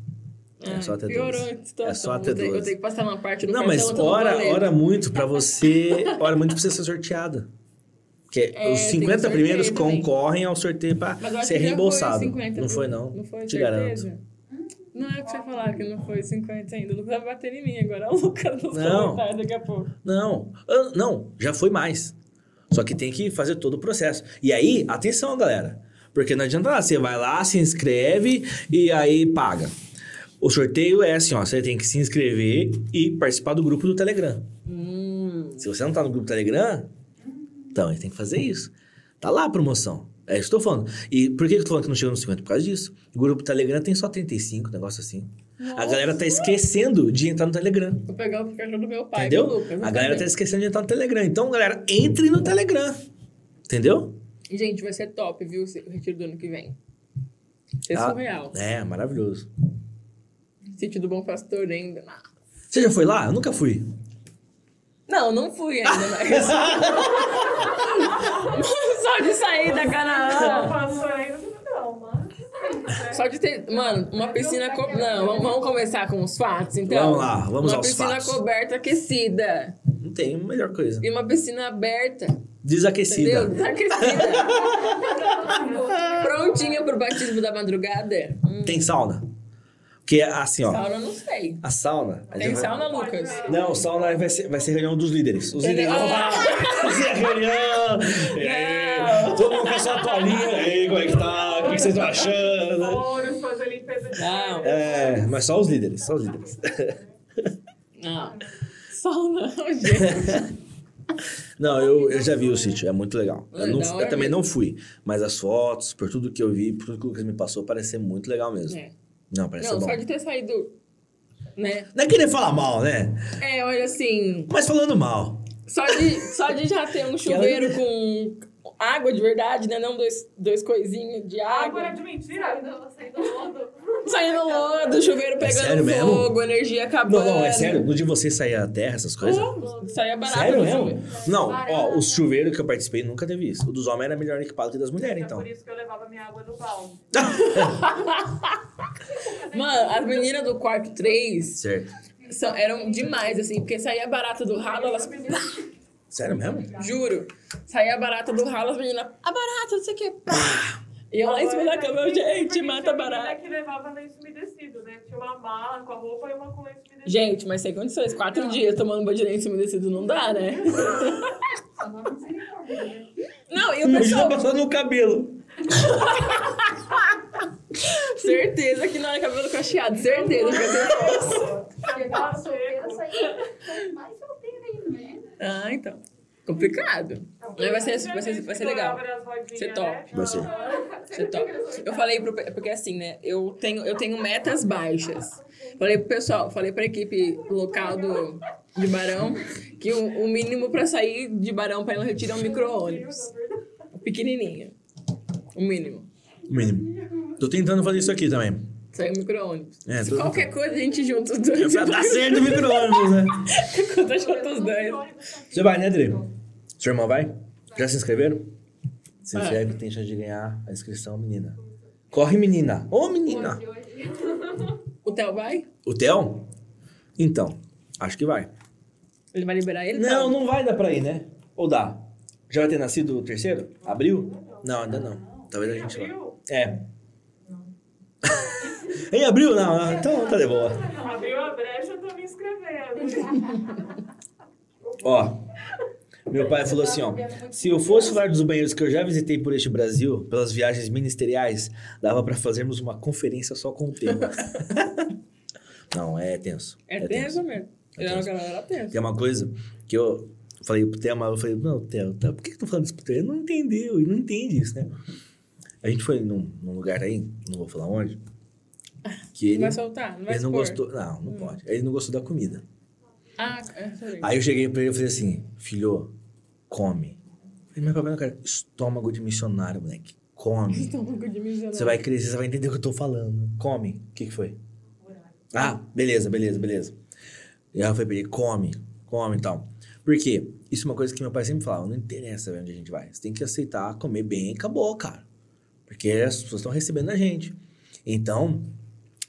Speaker 1: É só até
Speaker 2: piorou
Speaker 1: 12.
Speaker 2: a situação.
Speaker 1: É só até
Speaker 2: Vou ter-
Speaker 1: 12.
Speaker 2: Eu tenho que passar uma parte do
Speaker 1: Não,
Speaker 2: cartão,
Speaker 1: mas
Speaker 2: eu tô no
Speaker 1: ora,
Speaker 2: boleto.
Speaker 1: ora muito pra você. Ora muito pra você ser sorteada. Porque
Speaker 2: É,
Speaker 1: os
Speaker 2: tem
Speaker 1: 50
Speaker 2: sorteio
Speaker 1: primeiros
Speaker 2: também.
Speaker 1: concorrem ao sorteio pra
Speaker 2: Mas eu acho
Speaker 1: ser
Speaker 2: que já foi
Speaker 1: reembolsado.
Speaker 2: 50,
Speaker 1: não
Speaker 2: viu?
Speaker 1: foi, não.
Speaker 2: Não foi,
Speaker 1: Te
Speaker 2: certeza?
Speaker 1: garanto.
Speaker 2: Não é pra você falar que não foi 50 ainda. O Lucas vai bater em mim agora. [LAUGHS] Olha o Lucas nos
Speaker 1: Não.
Speaker 2: comentários daqui a pouco.
Speaker 1: Não. Ah, Não, já foi mais. Só que tem que fazer todo o processo. E aí, atenção, galera. Porque não adianta nada. Você vai lá, se inscreve e aí paga. O sorteio é assim, ó. Você tem que se inscrever e participar do grupo do Telegram.
Speaker 2: Hum.
Speaker 1: Se você não tá no grupo do Telegram, então a gente tem que fazer isso. Tá lá a promoção. É isso que eu tô falando. E por que que eu tô falando que não chegou nos 50? Por causa disso. O grupo do Telegram tem só 35, um negócio assim. A galera tá esquecendo de entrar no Telegram.
Speaker 2: Vou pegar o cartão do meu pai.
Speaker 1: Entendeu?
Speaker 2: do Lucas,
Speaker 1: A galera tá
Speaker 2: exatamente.
Speaker 1: esquecendo de entrar no Telegram. Então, galera, entre no Telegram. Entendeu?
Speaker 2: Gente, vai ser top, viu? O retiro do ano que vem. Vai ser
Speaker 1: Ah,
Speaker 2: surreal.
Speaker 1: É, maravilhoso.
Speaker 2: Sítio do Bom Pastor ainda.
Speaker 1: Você já foi lá? Eu nunca
Speaker 2: [LAUGHS]
Speaker 1: fui.
Speaker 2: Não, não fui ainda, mas. [LAUGHS] Só de sair da [LAUGHS]
Speaker 4: Não,
Speaker 2: Canaã.
Speaker 4: passou ainda, não, mas. é.
Speaker 2: Só de ter. Mano, uma piscina. Co... Não, vamos, vamos começar com os fatos, então.
Speaker 1: Vamos lá, vamos
Speaker 2: Uma
Speaker 1: aos
Speaker 2: piscina
Speaker 1: fatos.
Speaker 2: coberta aquecida.
Speaker 1: Não tem melhor coisa.
Speaker 2: E uma piscina aberta. Entendeu? Tá
Speaker 1: Desaquecida.
Speaker 2: Aquecida. Prontinha pro batismo da madrugada. Hum,
Speaker 1: Tem sauna. Porque, assim, ó,
Speaker 2: sauna, eu não sei.
Speaker 1: a sauna. a
Speaker 2: Tem
Speaker 1: gente vai-
Speaker 2: sauna, Lucas?
Speaker 1: Não, sauna vai ser, vai ser reunião dos líderes. Os líderes vão lá.
Speaker 2: Ah!
Speaker 1: Vai ser a reunião. E aí, Todo mundo com a sua toalhinha. E aí, como é que tá? O que que vocês estão achando?
Speaker 4: Ouros, fazer limpeza de
Speaker 2: Não.
Speaker 4: banheiro.
Speaker 1: É, mas só os líderes, só os líderes.
Speaker 2: Não. Ah. Sauna, [LAUGHS] gente. né?
Speaker 1: Não, eu, eu já vi o sítio, é muito legal.
Speaker 2: É,
Speaker 1: Eu, não-
Speaker 2: da
Speaker 1: eu
Speaker 2: hora
Speaker 1: também
Speaker 2: mesmo.
Speaker 1: não fui, mas as fotos, por tudo que eu vi, por tudo que o Lucas me passou, parece ser muito legal mesmo.
Speaker 2: É.
Speaker 1: Não, parece
Speaker 2: Não,
Speaker 1: ser
Speaker 2: só
Speaker 1: bom.
Speaker 2: de ter saído. Né?
Speaker 1: Não é querer falar mal, né?
Speaker 2: É, olha assim.
Speaker 1: Mas falando mal.
Speaker 2: Só de, só de já ter um chuveiro com água de verdade, né? Não dois, dois coisinhos de
Speaker 4: Água
Speaker 2: água.
Speaker 4: era é de mentira? Ainda vou sair do mundo.
Speaker 2: Saindo lodo, chuveiro pegando
Speaker 1: É sério mesmo?
Speaker 2: fogo, energia acabando.
Speaker 1: Não, não, é sério. No dia você sair à terra, essas coisas.
Speaker 2: Pô, saía barato.
Speaker 1: Sério
Speaker 2: do
Speaker 1: mesmo?
Speaker 2: chuveiro.
Speaker 1: Não, ó, os chuveiros que eu participei nunca teve isso. O dos homens era melhor equipado que o das mulheres,
Speaker 4: É
Speaker 1: então.
Speaker 4: por isso que eu levava minha água no balde.
Speaker 2: Mano, as meninas do quarto 3
Speaker 1: Certo.
Speaker 2: são, eram demais, assim, porque saía barata do ralo, elas.
Speaker 1: Sério mesmo?
Speaker 2: Juro. Saía barata do ralo, as meninas. A barata, não sei o quê. Pá! E eu lá em cima da cama, eu, gente, mata a
Speaker 4: É
Speaker 2: barata.
Speaker 4: que levava lenço umedecido, né? Tinha uma mala com a roupa e uma com lenço umedecido.
Speaker 2: Gente, mas sem condições, quatro dias tomando bandirinha em cima descido não dá, né? Não, e o
Speaker 1: Imagina
Speaker 2: pessoal,
Speaker 1: passando no cabelo.
Speaker 2: certeza que não era cabelo cacheado, certeza. que era cabelo-
Speaker 4: Chegava seco.
Speaker 5: mais solteira ainda, né?
Speaker 2: Ah, então. Complicado. Mas vai ser, vai ser, vai ser legal.
Speaker 4: né?
Speaker 2: Ser top.
Speaker 1: Vai ser.
Speaker 2: Você topa. Eu falei pro pe- porque assim, né? Eu tenho, eu tenho metas baixas. Falei pro pessoal, falei pra equipe local do de Barão que o, o mínimo pra sair de Barão pra ir no retiro é um micro-ônibus, Um pequenininho. O mínimo.
Speaker 1: Mínimo. Tô tentando fazer isso aqui também.
Speaker 2: Sair um micro-ônibus.
Speaker 1: É,
Speaker 2: Se
Speaker 1: tudo
Speaker 2: qualquer coisa a gente junta os
Speaker 1: Eu
Speaker 2: dois.
Speaker 1: falei, Dá certo o micro-ônibus, né?
Speaker 2: [LAUGHS] Quando junta os dois.
Speaker 1: Você vai, né, Adri? Sua irmã vai? Já se inscreveram? Se inscreve, tem chance de ganhar a inscrição, menina. Corre, menina. Ô, menina.
Speaker 2: O Theo vai?
Speaker 1: O Theo? Então, acho que vai.
Speaker 2: Ele vai liberar ele?
Speaker 1: Não, não vai dar pra ir, né? Ou dá? Já vai ter nascido o terceiro? Abril? Não, ainda não. Talvez a gente vá.
Speaker 4: Abriu?
Speaker 1: É. [LAUGHS] em abril? Não, ah, então tá de boa.
Speaker 4: Abriu a brecha, eu tô me inscrevendo.
Speaker 2: [LAUGHS]
Speaker 1: Ó, meu pai falou assim, ó. Se eu fosse falar dos banheiros que eu já visitei por este Brasil, pelas viagens ministeriais, dava pra fazermos uma conferência só com o tema. [LAUGHS] não, é tenso.
Speaker 2: É tenso mesmo.
Speaker 1: É
Speaker 2: Ele era uma
Speaker 1: tenso.
Speaker 2: galera tensa.
Speaker 1: Tem uma coisa que eu falei pro Theo, mas eu falei, não, Theo, tá, por que que tu falando isso pro Theo? Ele não entendeu, ele não entende isso, né? A gente foi num, num lugar aí, não vou falar onde, que
Speaker 2: Não
Speaker 1: ele,
Speaker 2: vai soltar, não vai
Speaker 1: ele não
Speaker 2: expor. Hum.
Speaker 1: gostou, não, não pode, ele não gostou da comida.
Speaker 2: Ah, é, sorry.
Speaker 1: Aí eu cheguei pra ele e falei assim, filho, come. Eu Falei, mas papai não quer, estômago de missionário, moleque, come.
Speaker 2: [LAUGHS] Estômago de miserável.
Speaker 1: Você vai crescer, você vai entender o que eu tô falando. Come. O que, que foi? Ah, beleza, beleza, beleza. E aí eu falei pra ele, come, come e tal. Por quê? Isso é uma coisa que meu pai sempre falava, não interessa onde a gente vai. Você tem que aceitar comer bem e acabou, cara. Porque as pessoas estão recebendo a gente. Então,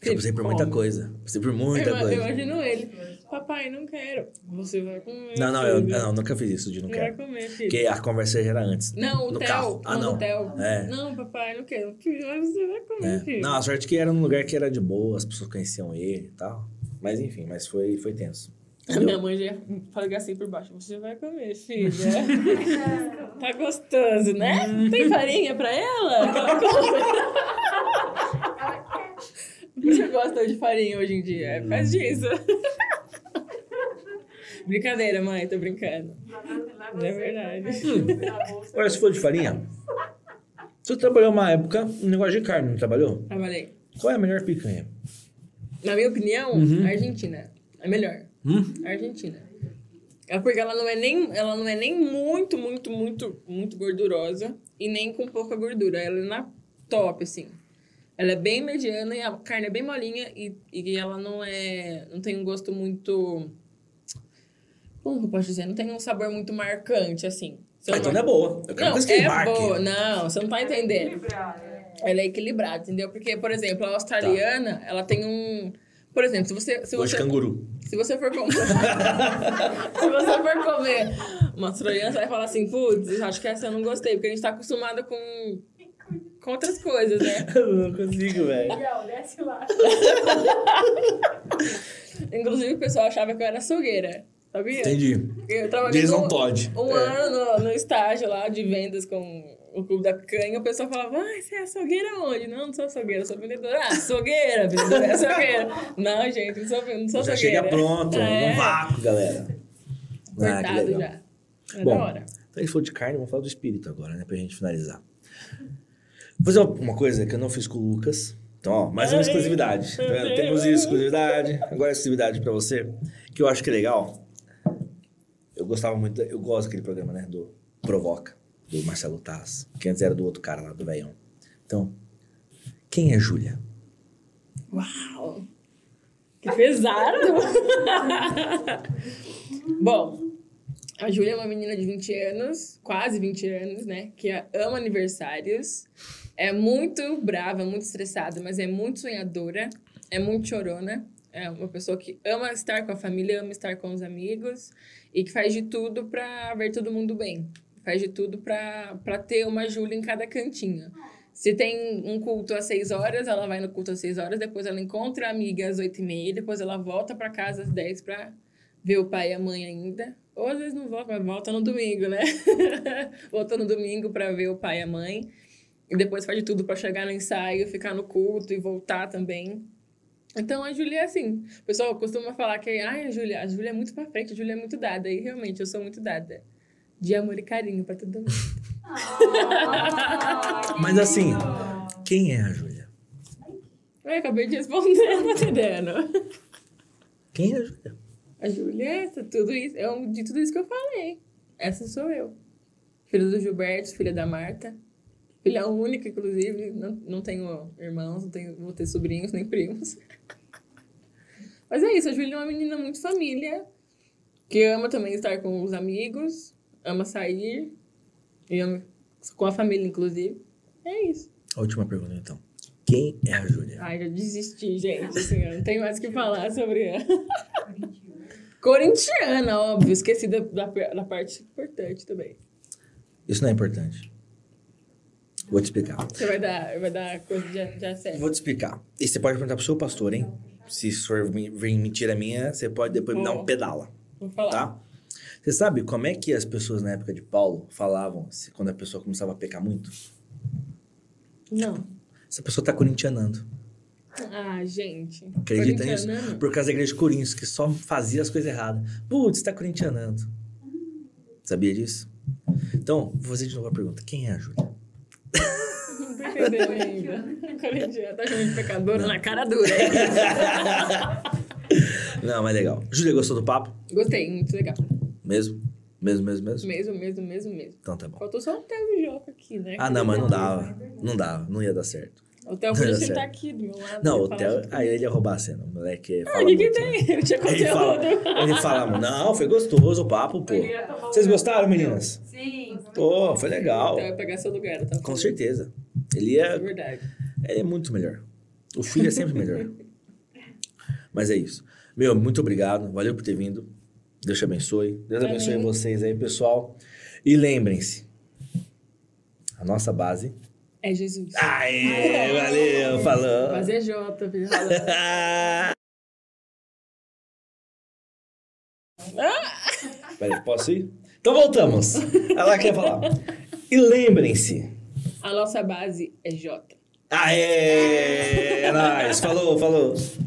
Speaker 1: eu
Speaker 2: Sim,
Speaker 1: passei por muita
Speaker 2: come.
Speaker 1: coisa. Passei por muita
Speaker 2: Eu, eu
Speaker 1: coisa.
Speaker 2: imagino ele. Papai, não quero. Você vai comer.
Speaker 1: Não, não, eu
Speaker 2: filho.
Speaker 1: não, nunca fiz isso de não
Speaker 2: Não vai
Speaker 1: quero.
Speaker 2: comer, filho.
Speaker 1: Porque a conversa já era antes. né?
Speaker 2: Não, o
Speaker 1: no
Speaker 2: Theo.
Speaker 1: carro. Ah,
Speaker 2: não,
Speaker 1: não.
Speaker 2: o Theo.
Speaker 1: É.
Speaker 2: Não, papai, não quero. Filho, mas você vai comer,
Speaker 1: É.
Speaker 2: filho.
Speaker 1: Não, a sorte que era num lugar que era de boa, as pessoas conheciam ele e tal. Mas enfim, mas foi, foi tenso.
Speaker 2: A minha mãe já fala assim por baixo. Você vai comer, filha. tá gostoso, né? Tem farinha pra ela? Ela come. Você gosta de farinha hoje em dia? É por causa disso. Brincadeira, mãe, tô brincando.
Speaker 4: tá Não
Speaker 2: É verdade.
Speaker 1: Agora, se for de farinha, você trabalhou uma época no negócio de carne, não trabalhou?
Speaker 2: Trabalhei.
Speaker 1: Qual é a melhor picanha?
Speaker 2: Na minha opinião, a Argentina é melhor.
Speaker 1: Uhum. Hum?
Speaker 2: A Argentina. É porque ela não é nem ela não é nem muito, muito, muito, muito gordurosa e nem com pouca gordura. Ela é na top assim. Ela é bem mediana e a carne é bem molinha e, e ela não é. não tem um gosto muito. Como que eu posso dizer? Não tem um sabor muito marcante, assim. Você
Speaker 1: Ah,
Speaker 2: não-
Speaker 1: então não é boa. Eu quero
Speaker 2: não,
Speaker 1: coisa que
Speaker 2: é
Speaker 1: marque.
Speaker 2: boa. Não, você não tá entendendo.
Speaker 4: Equilibrar, né?
Speaker 2: Ela é equilibrada, entendeu? Porque, por exemplo, a australiana, ela tem um. Por exemplo, se você. Se
Speaker 1: Gosto de
Speaker 2: você, [LAUGHS]
Speaker 1: canguru.
Speaker 2: se você for comer. se você for comer uma australiana, você vai falar assim, putz, eu acho que essa eu não gostei, porque a gente tá acostumada com. com outras coisas, né?
Speaker 1: Eu não consigo, velho.
Speaker 5: Miguel, desce lá.
Speaker 2: Inclusive, o pessoal achava que eu era açougueira. Sabia?
Speaker 1: Entendi.
Speaker 2: Eu trabalhei
Speaker 1: Jason
Speaker 2: um-
Speaker 1: Todd.
Speaker 2: um
Speaker 1: É.
Speaker 2: ano no, no estágio lá de vendas com o Clube da Picanha, o pessoal falava, ah, você é açougueira onde? Não, não sou açougueira, sou vendedora. Ah, açougueira, vendedora é açougueira. [LAUGHS] não, gente, não sou, não sou
Speaker 1: Já
Speaker 2: açougueira.
Speaker 1: chega pronto,
Speaker 2: É.
Speaker 1: no vácuo, galera. Ah, que
Speaker 2: Cortado
Speaker 1: legal.
Speaker 2: já. É
Speaker 1: Bom.
Speaker 2: da hora.
Speaker 1: Então, a gente falou de carne, vamos falar do espírito agora, né? Pra gente finalizar. Vou fazer uma- uma coisa que eu não fiz com o Lucas. Então, ó, mais uma
Speaker 2: Ai,
Speaker 1: exclusividade. Tá
Speaker 2: meu
Speaker 1: vendo?
Speaker 2: Deus.
Speaker 1: Temos isso, exclusividade. Agora é exclusividade pra você, que eu acho que é legal. Eu gostava muito, da- eu gosto daquele programa, né? Do Provoca, do Marcelo Taz, que antes era do outro cara lá, do Veião. Então, quem é Júlia?
Speaker 2: Uau! Que pesado! Bom, a Júlia é uma menina de 20 anos, quase 20 anos, né? Que ama aniversários. É muito brava, muito estressada, mas é muito sonhadora, é muito chorona. É uma pessoa que ama estar com a família, ama estar com os amigos e que faz de tudo pra ver todo mundo bem. Faz de tudo pra, pra ter uma Júlia em cada cantinho. Se tem um culto às 6 horas, ela vai no culto às 6 horas, depois ela encontra a amiga às 8 e meia, depois ela volta pra casa às 10 pra ver o pai e a mãe ainda. Ou às vezes não volta, mas volta no domingo, né? [LAUGHS] volta no domingo pra ver o pai e a mãe. E depois faz de tudo pra chegar no ensaio, ficar no culto e voltar também. Então a Júlia é assim. O pessoal costuma falar que Ai, a Júlia a Júlia é muito pra frente, a Júlia é muito dada. E realmente, eu sou muito dada. De amor e carinho pra todo mundo.
Speaker 1: Mas assim, quem é a Júlia?
Speaker 2: Eu acabei de responder, [LAUGHS] não tá entendendo.
Speaker 1: Quem é a Júlia?
Speaker 2: A Julieta, tudo isso, é um- de tudo isso que eu falei. Essa sou eu. Filha do Gilberto, filha da Marta. Filha única, inclusive. Não, não tenho irmãos, não tenho, vou ter sobrinhos nem primos. [LAUGHS] Mas é isso, a Júlia é uma menina muito família, que ama também estar com os amigos, ama sair, e ama com a família, inclusive. É isso.
Speaker 1: A última pergunta, então. Quem é a Júlia?
Speaker 2: Ai, já desisti, gente. Assim, eu não tenho mais o que falar sobre ela. Corintiana, óbvio. Esqueci da, da, da parte importante também.
Speaker 1: Isso não é importante. Vou te explicar.
Speaker 2: Você vai dar, vai dar coisa de, de acesso.
Speaker 1: Vou te explicar. E você pode perguntar pro seu pastor, hein? Se isso for me- vir mentira minha, você pode depois me dar um
Speaker 2: Boa.
Speaker 1: pedala,
Speaker 2: Vou falar.
Speaker 1: tá? Você sabe como é que as pessoas na época de Paulo falavam se, quando a pessoa começava a pecar muito?
Speaker 2: Não.
Speaker 1: Essa pessoa tá corintianando.
Speaker 2: Ah, gente.
Speaker 1: Acredita nisso?
Speaker 2: Corintiana.
Speaker 1: Por causa da igreja de Coríntios, que só fazia as coisas erradas. Putz, tá corintianando. Sabia disso? Então, vou fazer de novo a pergunta. Quem é a Júlia?
Speaker 2: Não tô entendendo ainda. Corintiana. Tá chamando de pecadora na cara dura. hein?
Speaker 1: Não, mas legal. Júlia, gostou do papo?
Speaker 2: Gostei, muito legal.
Speaker 1: Mesmo? Mesmo, mesmo, mesmo?
Speaker 2: Mesmo, mesmo, mesmo, mesmo.
Speaker 1: Então tá bom.
Speaker 2: Faltou só o Theo Joca aqui, né?
Speaker 1: Ah, não, mas não dava. Não dava, não ia dar certo.
Speaker 2: O Theo
Speaker 1: Não, [LAUGHS]
Speaker 2: podia
Speaker 1: tá certo.
Speaker 2: sentar aqui do meu lado.
Speaker 1: Não,
Speaker 2: e
Speaker 1: o
Speaker 2: falar
Speaker 1: Theo.
Speaker 2: de tudo.
Speaker 1: Aí ele ia roubar a cena. O moleque.
Speaker 2: Ah,
Speaker 1: fala
Speaker 2: o que, que
Speaker 1: muito, né?
Speaker 2: tem? [LAUGHS] Ele tinha
Speaker 1: Ele fala,
Speaker 2: conteúdo.
Speaker 1: ele fala, não, foi gostoso o papo, pô.
Speaker 4: Ele ia tomar um
Speaker 1: Vocês
Speaker 4: café.
Speaker 1: gostaram, meninas?
Speaker 5: Sim.
Speaker 1: Pô, foi legal.
Speaker 2: Então, vai pegar seu lugar, tá?
Speaker 1: Com certeza. Ele
Speaker 2: É
Speaker 1: ia,
Speaker 2: verdade.
Speaker 1: ele é muito melhor. O filho é sempre melhor. Mas é isso. Meu, muito obrigado. Valeu por ter vindo. Deus te abençoe. Deus
Speaker 2: Amém.
Speaker 1: abençoe vocês aí, pessoal. E lembrem-se, a nossa base.
Speaker 2: É Jesus.
Speaker 1: Ah. Aê, valeu, falou.
Speaker 2: Mas é Jota, filho. Fala.
Speaker 1: Peraí, posso ir? Então voltamos. Ela quer falar. E lembrem-se.
Speaker 2: A nossa base é Jota.
Speaker 1: Aê! É nóis. Falou, falou.